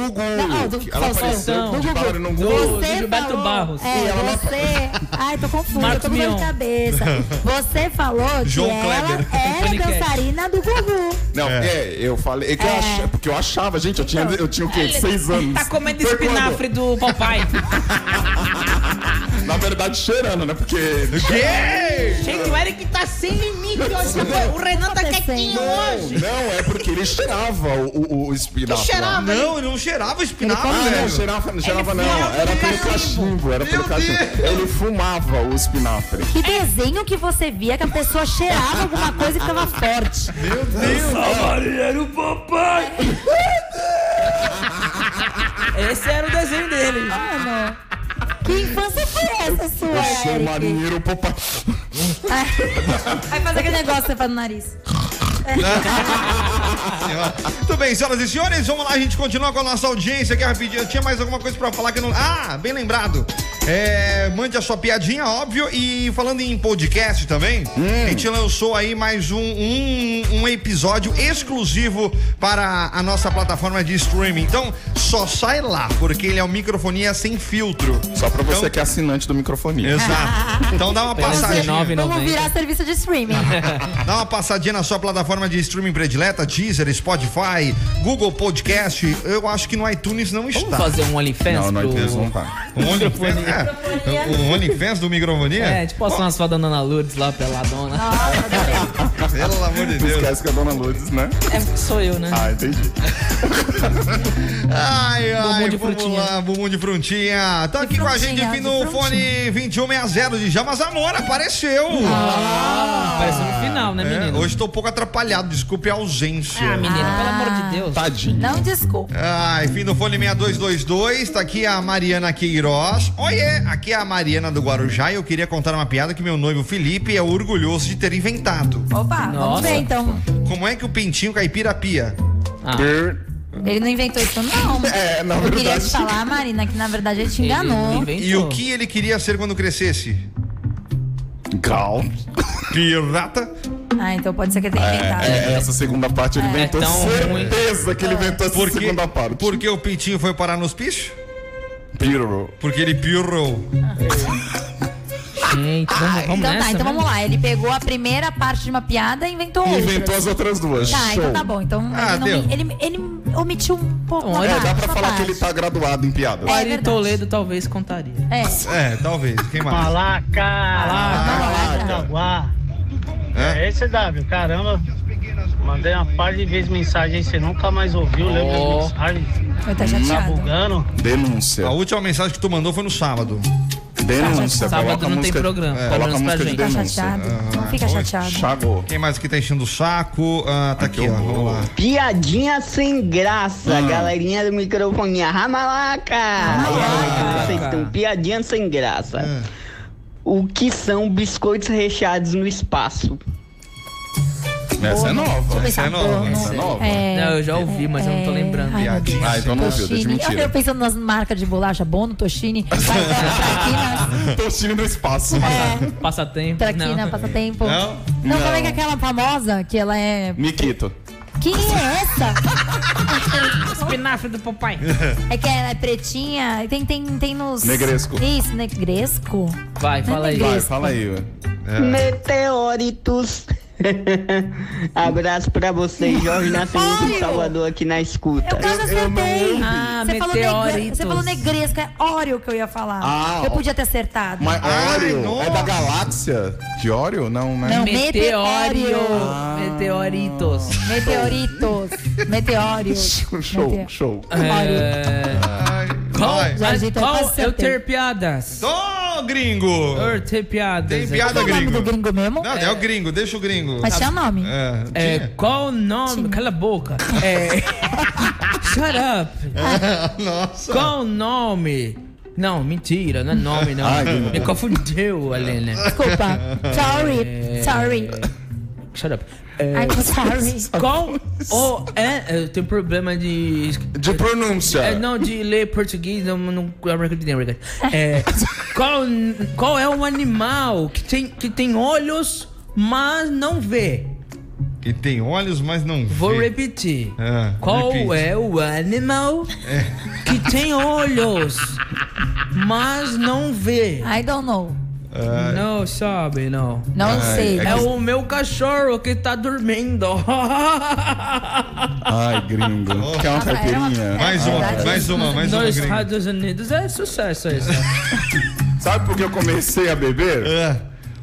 Speaker 7: Não, do
Speaker 6: Que ela
Speaker 7: Faustão.
Speaker 6: apareceu de bailarina no Gugu.
Speaker 7: Você falou, É, você. Ai, tô confusa, eu tô com dor de
Speaker 8: Marcos Mion.
Speaker 7: cabeça. Você falou que
Speaker 6: João
Speaker 7: ela
Speaker 6: Kleber.
Speaker 7: era dançarina do Gugu.
Speaker 6: Não, é, eu falei. é que eu ach- porque eu achava, gente, eu tinha, eu tinha o quê? Seis anos.
Speaker 4: Tá comendo
Speaker 6: Foi quando?
Speaker 4: espinafre do papai.
Speaker 6: Na verdade, cheirando, né? Porque.
Speaker 4: Gente, o Eric tá sem limite hoje. O Renan tá quietinho hoje.
Speaker 6: Não, é porque ele cheirava o, o, o espinafre.
Speaker 4: Tu cheirava,
Speaker 6: lá.
Speaker 4: Não,
Speaker 5: ele não cheirava
Speaker 6: Ah, não, cheirava, não cheirava não. Era pelo cachimbo, era pelo cachimbo. Ele fumava o espinafre.
Speaker 7: Que desenho que você via que a pessoa cheirava alguma coisa e ficava forte.
Speaker 5: Meu Deus!
Speaker 12: Salvarinheiro papai!
Speaker 8: Esse era o desenho dele.
Speaker 7: Mano, que infância foi essa sua,
Speaker 6: Eu sou
Speaker 7: Eric?
Speaker 6: marinheiro, papai.
Speaker 7: Vai fazer aquele negócio que você faz no nariz.
Speaker 5: Senhora. Muito bem, senhoras e senhores, vamos lá, a gente continua com a nossa audiência aqui rapidinho. Eu tinha mais alguma coisa pra falar que eu não. Ah, bem lembrado. É, mande a sua piadinha, óbvio. E falando em podcast também, a gente lançou aí mais um, um, um episódio exclusivo para a nossa plataforma de streaming. Então, só sai lá, porque ele é um microfonia sem filtro.
Speaker 19: Só pra
Speaker 5: Então
Speaker 19: você que é assinante do microfonia.
Speaker 5: Exato. Então dá uma passadinha.
Speaker 7: Vamos virar serviço de streaming.
Speaker 5: Dá uma passadinha na sua plataforma de streaming predileta, Deezer, Spotify, Google Podcast. Eu acho que no iTunes não está. Vamos
Speaker 8: fazer um OnlyFans
Speaker 19: Não, no
Speaker 8: pro-
Speaker 19: iTunes não tá.
Speaker 5: Um OnlyFans, é. O OnlyFans do microfonia?
Speaker 8: É, tipo passar umas fotos da Ana Lourdes lá peladona.
Speaker 7: Ah, tá
Speaker 5: Pelo amor de Deus.
Speaker 19: Esquece que é a dona Lourdes, né?
Speaker 8: É, sou eu, né?
Speaker 19: Ah, entendi.
Speaker 5: Ai, ai,
Speaker 19: Bumbum de
Speaker 5: vamos
Speaker 19: frutinha.
Speaker 5: lá, bumbum de frutinha. Tá
Speaker 19: De
Speaker 5: aqui com a gente
Speaker 19: frutinha,
Speaker 5: aqui
Speaker 19: de
Speaker 5: no
Speaker 19: frutinha.
Speaker 5: fone 2160 de Jamas Amor, apareceu.
Speaker 8: Ah, apareceu no final, né,
Speaker 5: É,
Speaker 8: menino?
Speaker 5: Hoje tô um pouco atrapalhado, desculpe a ausência.
Speaker 8: Ah, menino, pelo amor de Deus.
Speaker 19: Tadinho.
Speaker 7: Não desculpa.
Speaker 5: Ah, enfim, no fone 6222, tá aqui a Mariana Queiroz. Oiê, aqui é a Mariana do Guarujá e eu queria contar uma piada que meu noivo Felipe é orgulhoso de ter inventado.
Speaker 7: Opa, vamos ver então.
Speaker 5: Como é que o pintinho caipira pia?
Speaker 7: Ele não inventou isso, não.
Speaker 5: É, na
Speaker 7: Eu queria
Speaker 5: verdade-
Speaker 7: te falar, Marina, que na verdade ele te enganou.
Speaker 5: E
Speaker 8: Então.
Speaker 5: o que ele queria ser quando crescesse? Gal. Pirata.
Speaker 7: Ah, então pode ser que ele tenha inventado.
Speaker 19: É, essa segunda parte ele
Speaker 7: É
Speaker 19: inventou.
Speaker 7: tão ruim.
Speaker 19: certeza que ele inventou essa
Speaker 5: Por quê?
Speaker 19: segunda parte.
Speaker 5: Por que o pintinho foi parar nos pichos? Pirou. Porque ele pirou.
Speaker 8: Gente, vamos, vamos
Speaker 7: Então tá,
Speaker 8: nessa. né?
Speaker 7: então vamos lá. Ele pegou a primeira parte de uma piada e inventou outra.
Speaker 19: Inventou as outras duas.
Speaker 7: É, Tá, então
Speaker 19: Show.
Speaker 7: tá bom. Então
Speaker 19: Ah,
Speaker 7: ele, não-
Speaker 19: deu.
Speaker 7: ele- ele omitiu um pouco. uma
Speaker 19: É, dá
Speaker 7: parte,
Speaker 19: pra
Speaker 7: uma
Speaker 19: falar que
Speaker 7: parte.
Speaker 19: ele tá graduado em piada.
Speaker 7: É
Speaker 8: Ari Toledo talvez contaria.
Speaker 5: É, talvez. Quem mais?
Speaker 11: Malaca!
Speaker 7: Ah,
Speaker 19: Ah,
Speaker 7: tá.
Speaker 11: Malaca!
Speaker 19: então.
Speaker 11: Jaguar.
Speaker 5: É?
Speaker 11: É esse, W, caramba. Mandei uma par de vezes mensagem aí, você nunca mais ouviu, lembra
Speaker 5: Ó.
Speaker 11: as mensagens?
Speaker 7: Vai
Speaker 11: Tá bugando?
Speaker 19: Denúncia.
Speaker 5: A última mensagem que tu mandou foi no sábado.
Speaker 19: Denúncia, Tá. Sábado coloca a não música- tem programa, é, pelo coloca a menos pra música de gente.
Speaker 7: Tá
Speaker 19: denúncia.
Speaker 7: chateado. Não fica chateado.
Speaker 19: Chagou.
Speaker 5: Quem mais que tá enchendo o saco? Ah, tá aqui, ó. Vamos lá.
Speaker 18: Piadinha sem graça,
Speaker 5: Ah.
Speaker 18: galerinha do microfone. Ramalaca! Ramalaca. Vocês estão piadinha sem graça. O que são biscoitos recheados no espaço?
Speaker 19: Essa é nova.
Speaker 18: Deixa eu pensar.
Speaker 19: Essa é nova.
Speaker 7: É.
Speaker 8: Não, eu já ouvi, mas eu não tô lembrando.
Speaker 7: Ai, meu Deus.
Speaker 19: Ah, então não ouviu, deixa de
Speaker 7: Toshine. Eu
Speaker 19: mentira.
Speaker 7: fico pensando nas marcas de bolacha Bono, Toshine,
Speaker 19: Tostine no espaço.
Speaker 7: É.
Speaker 8: Passatempo.
Speaker 7: Traquina, né, Passatempo.
Speaker 19: Não?
Speaker 7: Não,
Speaker 19: Não.
Speaker 7: como é que é aquela famosa que ela é...
Speaker 19: Miquito.
Speaker 7: Quem é essa?
Speaker 8: Espinafre do papai.
Speaker 7: É que ela é pretinha, tem, tem, tem nos...
Speaker 19: Negresco.
Speaker 7: Isso, negresco. é
Speaker 8: Vai,
Speaker 7: fala aí.
Speaker 19: Vai, fala aí. ué.
Speaker 18: Meteoritos. Abraço pra vocês, Jorge Nascimento de Salvador aqui na escuta.
Speaker 7: Ah, você falou, negre... você falou negresco, é Oreo que eu ia falar.
Speaker 19: Ah,
Speaker 7: eu
Speaker 19: ó.
Speaker 7: podia ter acertado.
Speaker 19: Mas
Speaker 7: Ai,
Speaker 19: Oreo é
Speaker 7: nossa.
Speaker 19: da galáxia? De Oreo? Não, né?
Speaker 7: Não, meteório.
Speaker 8: Meteoritos.
Speaker 7: Meteoritos. Meteórios.
Speaker 19: Show, show.
Speaker 7: É.
Speaker 8: Qual,
Speaker 7: Vai. Já ajeita
Speaker 8: É, qual
Speaker 7: pra
Speaker 8: eu
Speaker 7: setembro.
Speaker 8: ter piadas?
Speaker 5: Ô, gringo!
Speaker 8: Eu ter piadas.
Speaker 5: Tem piada,
Speaker 8: Qual é o
Speaker 5: gringo?
Speaker 8: nome do
Speaker 7: gringo mesmo?
Speaker 5: Não, é. o gringo, deixa o gringo.
Speaker 8: Mas tinha
Speaker 7: nome.
Speaker 5: É,
Speaker 8: É,
Speaker 5: tinha.
Speaker 8: qual o nome? Cala a boca. É. Shut up.
Speaker 5: Nossa.
Speaker 8: Qual o nome? Não, mentira, não é nome, não.
Speaker 19: Ai, meu
Speaker 8: Me
Speaker 19: Deus.
Speaker 8: confundiu, Helena.
Speaker 7: Desculpa. Sorry.
Speaker 8: É.
Speaker 7: Sorry.
Speaker 8: Shut up. É,
Speaker 7: I'm sorry.
Speaker 8: Qual o é? Eu tenho problema de.
Speaker 19: De pronúncia.
Speaker 8: É, não, de ler português, eu não. Eu não acredito, eu não acredito. É, qual, qual é o animal que tem, que tem olhos, mas não vê?
Speaker 5: Que tem olhos, mas não vê. É,
Speaker 8: Vou repetir.
Speaker 5: Ah,
Speaker 8: Qual
Speaker 5: repeat.
Speaker 8: é o animal que tem olhos, mas não vê?
Speaker 7: I don't know.
Speaker 5: Ah.
Speaker 8: Não sabe, não.
Speaker 7: Não
Speaker 19: Ai, sei. é que-
Speaker 8: É o meu cachorro que tá dormindo.
Speaker 19: Ai, gringo. Quer uma
Speaker 8: Nossa, era uma-
Speaker 7: é
Speaker 19: caipirinha?
Speaker 8: era Mais uma,
Speaker 19: Ah,
Speaker 5: mais uma, mais uma,
Speaker 8: Nos
Speaker 5: gringo.
Speaker 8: Estados Unidos é sucesso isso.
Speaker 19: Sabe por que eu comecei a beber?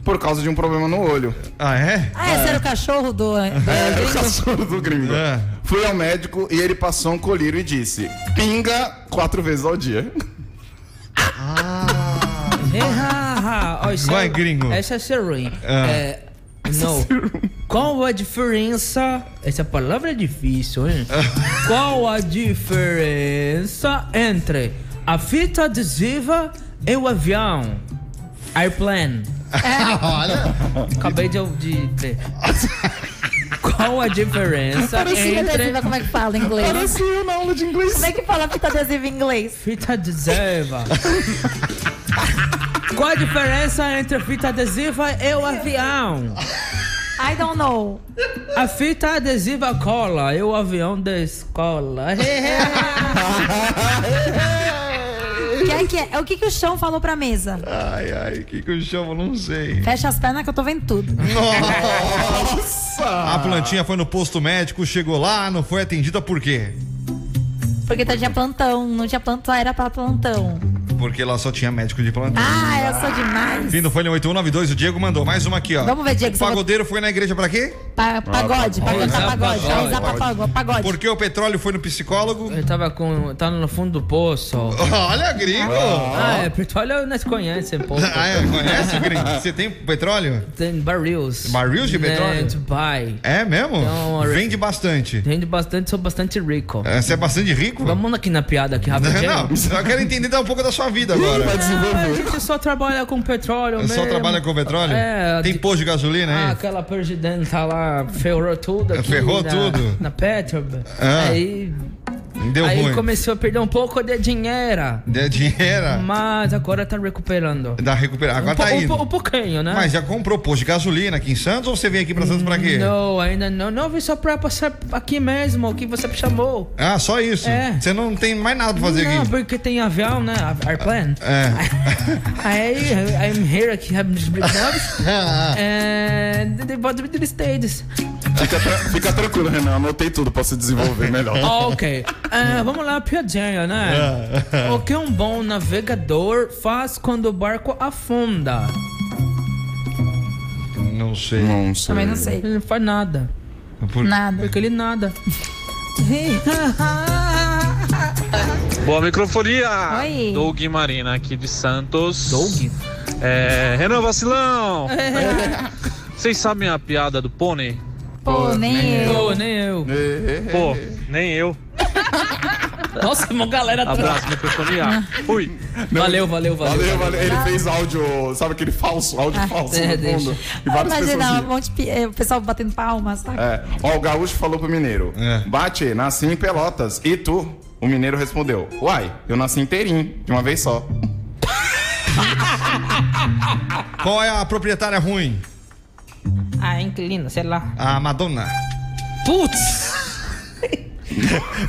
Speaker 19: Por causa de um problema no olho.
Speaker 5: É. Ah, é?
Speaker 7: Ah, esse era o cachorro do. do
Speaker 19: É, o
Speaker 7: gringo?
Speaker 19: cachorro do gringo.
Speaker 5: É.
Speaker 19: Fui ao médico e ele passou um colírio e disse: pinga quatro vezes ao dia.
Speaker 8: Eh, Ah, ó, isso
Speaker 19: Vai,
Speaker 8: é-
Speaker 19: gringo.
Speaker 8: Essa é serum.
Speaker 19: Ah.
Speaker 8: É, não. Qual a diferença? Essa palavra é difícil, hein? Qual a diferença entre a fita adesiva e o avião? Airplane.
Speaker 5: Olha.
Speaker 8: Acabei de. de, de. Qual a diferença
Speaker 7: Parecia
Speaker 8: entre
Speaker 7: adesiva, como é que fala em inglês?
Speaker 19: Parecia na aula de inglês.
Speaker 7: Como é que fala fita adesiva em inglês?
Speaker 8: Fita adesiva. Qual a diferença entre fita adesiva e o avião?
Speaker 7: I don't know.
Speaker 8: A fita adesiva cola, eu o avião da escola.
Speaker 7: Que é que é? O que, que o chão falou pra mesa?
Speaker 5: Ai, ai, o que, que eu chamo? Não sei.
Speaker 7: Fecha as pernas que eu tô vendo tudo.
Speaker 5: Nossa! A plantinha foi no posto médico, chegou lá, não foi atendida por quê?
Speaker 7: Porque tá, tinha plantão, não tinha plantão, era pra plantão.
Speaker 5: Porque lá só tinha médico de plantão.
Speaker 7: Ah, eu sou demais.
Speaker 5: Fim do Folha 8192, o Diego mandou mais uma aqui, ó.
Speaker 7: Vamos ver, Diego,
Speaker 5: O
Speaker 7: você
Speaker 5: pagodeiro foi na igreja pra quê?
Speaker 7: Pa- pagode, pra cantar pagode, pra usar pra pagode, pagode.
Speaker 5: Por que o petróleo foi no psicólogo?
Speaker 8: Ele tava com. tá no fundo do poço.
Speaker 5: Olha, gringo!
Speaker 8: Ah, é, petróleo nós conhecemos, pô.
Speaker 5: Ah, é, conhece, gringo? Você tem petróleo?
Speaker 8: Tem barris. Né,
Speaker 5: Barris de petróleo?
Speaker 8: Dubai.
Speaker 5: É mesmo?
Speaker 8: Então, a-
Speaker 5: Vende bastante.
Speaker 8: Rende bastante, sou bastante rico.
Speaker 5: É, Você é bastante rico?
Speaker 8: Vamos aqui na piada aqui, rapidinho.
Speaker 5: Não, eu quero entender um pouco da sua vida agora. É
Speaker 8: Ah, a gente só trabalha com petróleo mesmo.
Speaker 5: Só trabalha com petróleo?
Speaker 8: É.
Speaker 5: Tem posto de gasolina
Speaker 8: Ah,
Speaker 5: aí?
Speaker 8: aquela perdidenta lá ferrou tudo aqui
Speaker 5: Ferrou
Speaker 8: na,
Speaker 5: tudo?
Speaker 8: Na Petrobras.
Speaker 5: Ah.
Speaker 8: Aí,
Speaker 5: Deu
Speaker 8: Ah, aí
Speaker 5: ruim.
Speaker 8: começou a perder um pouco de dinheiro.
Speaker 5: Deu dinheiro?
Speaker 8: Mas agora tá recuperando.
Speaker 5: Dá recuperar. Agora
Speaker 8: um,
Speaker 5: tá
Speaker 8: po- um
Speaker 5: indo.
Speaker 8: po- um pouquinho, né?
Speaker 5: Mas é. já comprou posto de gasolina aqui em Santos ou você veio aqui pra Santos pra quê?
Speaker 8: Não, ainda não. Não, vim só pra passar aqui mesmo, que você me chamou.
Speaker 5: Ah, só isso?
Speaker 8: É.
Speaker 5: Você não tem mais nada pra fazer
Speaker 8: não,
Speaker 5: aqui?
Speaker 8: porque tem avião, né? A- Airplane.
Speaker 5: É.
Speaker 8: Aí, I'm here aqui, I'm just
Speaker 5: Ah,
Speaker 8: And É, they bought me to the States.
Speaker 6: Fica, tra- fica tranquilo, Renan. Anotei tudo pra se desenvolver melhor.
Speaker 8: Ok. Ah, vamos lá, piadinha, né?
Speaker 5: É.
Speaker 8: O que um bom navegador faz quando o barco afunda?
Speaker 5: Não sei.
Speaker 6: Não sei.
Speaker 7: Também não sei.
Speaker 8: Ele não faz nada.
Speaker 5: Por-
Speaker 7: Nada.
Speaker 8: Porque ele nada.
Speaker 12: Boa microfonia!
Speaker 7: Oi.
Speaker 12: Doug Marina aqui de Santos. Doug? É, Renan Vacilão! Vocês sabem a piada do pônei?
Speaker 7: Pô, nem eu.
Speaker 8: Pô, nem eu.
Speaker 12: Pô, nem eu.
Speaker 8: Nossa, uma galera
Speaker 12: Abraço, microfonia. Fui.
Speaker 8: Valeu, valeu, valeu.
Speaker 6: Valeu, valeu. Ele fez áudio, sabe aquele falso, áudio
Speaker 7: Ah,
Speaker 6: falso
Speaker 7: é,
Speaker 6: no
Speaker 7: deixa.
Speaker 6: fundo. E
Speaker 7: Ah,
Speaker 6: várias
Speaker 7: Imagina,
Speaker 6: pessoas.
Speaker 7: um monte de pi- eh, o pessoal batendo palmas, tá? sabe?
Speaker 6: É. Ó, o gaúcho falou pro mineiro:
Speaker 19: É.
Speaker 6: Bate, nasci em Pelotas. E tu? O mineiro respondeu: Uai, eu nasci inteirinho, de uma vez só.
Speaker 5: Qual é a proprietária ruim?
Speaker 8: Ah, inclina, sei lá.
Speaker 5: A Madonna.
Speaker 8: Putz!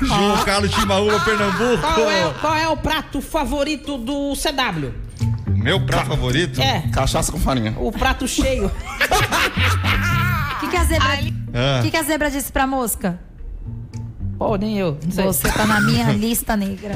Speaker 5: João Carlos Chimaúba, Pernambuco.
Speaker 11: Ah. Qual é, qual é o prato favorito do CW?
Speaker 5: Meu prato favorito?
Speaker 11: É.
Speaker 6: Cachaça com farinha.
Speaker 11: O prato cheio.
Speaker 7: O que, que a zebra,
Speaker 6: Ah.
Speaker 7: o que, que a zebra disse pra mosca?
Speaker 8: Pô, nem eu.
Speaker 7: Você tá na minha lista negra.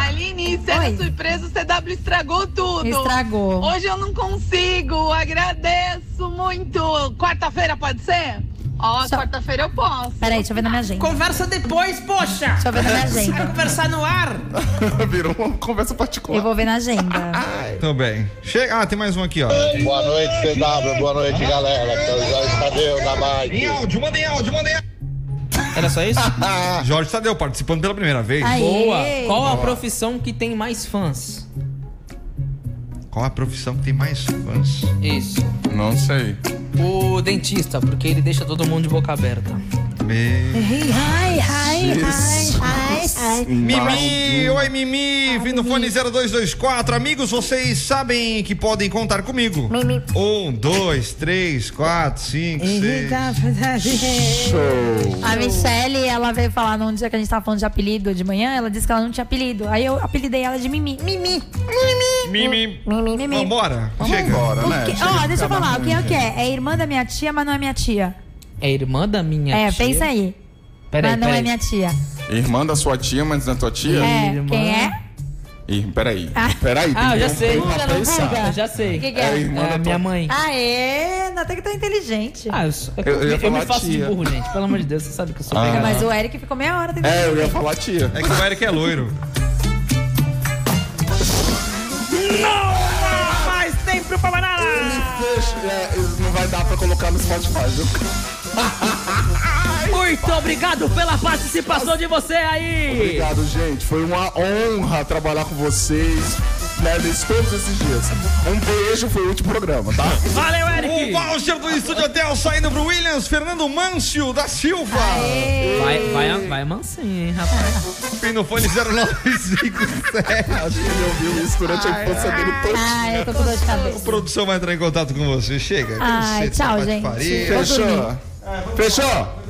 Speaker 4: Aline, sendo surpresa, o CW estragou tudo.
Speaker 7: Estragou.
Speaker 4: Hoje eu não consigo, agradeço muito. Quarta-feira pode ser? Ó, quarta-feira eu posso.
Speaker 7: Peraí, deixa eu ver na minha agenda.
Speaker 11: Conversa depois, poxa! Deixa
Speaker 7: eu ver na minha agenda.
Speaker 11: Vai conversar no ar.
Speaker 6: Virou uma conversa particular.
Speaker 7: Eu vou ver na agenda.
Speaker 5: Tudo bem. Chega. Ah, tem mais um aqui, ó.
Speaker 20: Boa noite, CW. Boa noite, galera. Que é o Jorge Tadeu da Mike.
Speaker 5: Em áudio, mandem áudio, mandem áudio.
Speaker 8: Era só isso?
Speaker 5: Ah, Jorge Tadeu participando pela primeira vez.
Speaker 8: Boa. Qual a
Speaker 5: Boa.
Speaker 8: profissão que tem mais fãs?
Speaker 5: Qual a profissão que tem mais fãs?
Speaker 8: Isso.
Speaker 6: Não sei.
Speaker 8: O dentista, porque ele deixa todo mundo de boca aberta.
Speaker 7: Errei. Ai, ai,
Speaker 5: Jesus.
Speaker 7: ai, ai, ai.
Speaker 5: Mimi,
Speaker 6: um
Speaker 5: oi Mimi, vindo fone 0224. Amigos, vocês sabem que podem contar comigo. Um, dois, três, quatro, cinco, seis.
Speaker 11: tá
Speaker 5: Show.
Speaker 7: A Michelle, ela veio falar num dia que a gente tava falando de apelido de manhã, ela disse que ela não tinha apelido. Aí eu apelidei ela de Mimi. Mimi.
Speaker 5: Mimi.
Speaker 7: Mimi. Mimi.
Speaker 5: Vambora.
Speaker 7: Vamos
Speaker 5: Chega.
Speaker 7: O que- Ó, deixa eu falar, o que é o que é? É irmã da minha tia, mas não é minha tia.
Speaker 8: É irmã da minha
Speaker 7: é,
Speaker 8: tia.
Speaker 7: pensa aí.
Speaker 8: Peraí,
Speaker 7: mas não
Speaker 8: peraí.
Speaker 7: é minha tia.
Speaker 6: Irmã da sua tia, mas não é tua tia?
Speaker 7: É, quem é?
Speaker 6: Ih, peraí.
Speaker 7: Ah.
Speaker 6: Peraí. tem um
Speaker 8: Ah, eu já
Speaker 6: tempo
Speaker 8: sei.
Speaker 6: pra pensar.
Speaker 8: Eu já sei.
Speaker 7: O que que é? É a irmã da
Speaker 8: minha
Speaker 7: tua-
Speaker 8: mãe.
Speaker 7: Aê, não até que tá inteligente.
Speaker 8: Ah, eu, sou, eu,
Speaker 6: Eu- eu ia
Speaker 8: eu me
Speaker 6: falar
Speaker 8: faço de
Speaker 6: tia.
Speaker 8: burro, gente. Pelo amor de Deus, você sabe que eu sou
Speaker 6: Ah.
Speaker 8: pegado.
Speaker 7: Mas o Eric ficou meia hora tentando.
Speaker 6: É, eu ia falar tia.
Speaker 5: É que o Eric é loiro.
Speaker 11: Não há mais tempo pra
Speaker 7: Ah.
Speaker 11: banana!
Speaker 6: Deixa, é, não vai dar pra colocar no Spotify, viu?
Speaker 8: Muito obrigado pela participação de você aí.
Speaker 6: Obrigado, gente. Foi uma honra trabalhar com vocês. merdas todos esses dias. Um beijo, foi o último programa, tá?
Speaker 5: Valeu, Eric! O voucher do Estúdio Hotel saindo pro Williams, Fernando Mâncio da Silva.
Speaker 8: Vai, vai, vai mansinho, hein, rapaz.
Speaker 5: Pinofone 0957. Acho que ele ouviu isso durante a infância dele
Speaker 7: Ai, Tá eu tô com dor de
Speaker 5: A
Speaker 7: cabeça.
Speaker 5: produção vai entrar em contato com você. Chega.
Speaker 7: Ai,
Speaker 5: Cacete,
Speaker 7: tchau,
Speaker 5: bate
Speaker 7: gente.
Speaker 5: farinha.
Speaker 7: Vou
Speaker 6: Fechou?
Speaker 7: dormir.
Speaker 6: Fechou?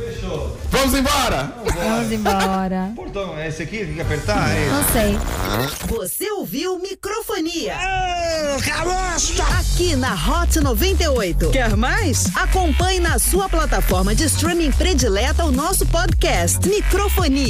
Speaker 6: Vamos embora!
Speaker 7: Vamos embora.
Speaker 5: Portão, é esse aqui? Tem que apertar? É
Speaker 7: Não
Speaker 5: esse.
Speaker 7: sei.
Speaker 4: Você ouviu Microfonia. Ah, Aqui na Hot 98. Quer mais? Acompanhe na sua plataforma de streaming predileta o nosso podcast Microfonia.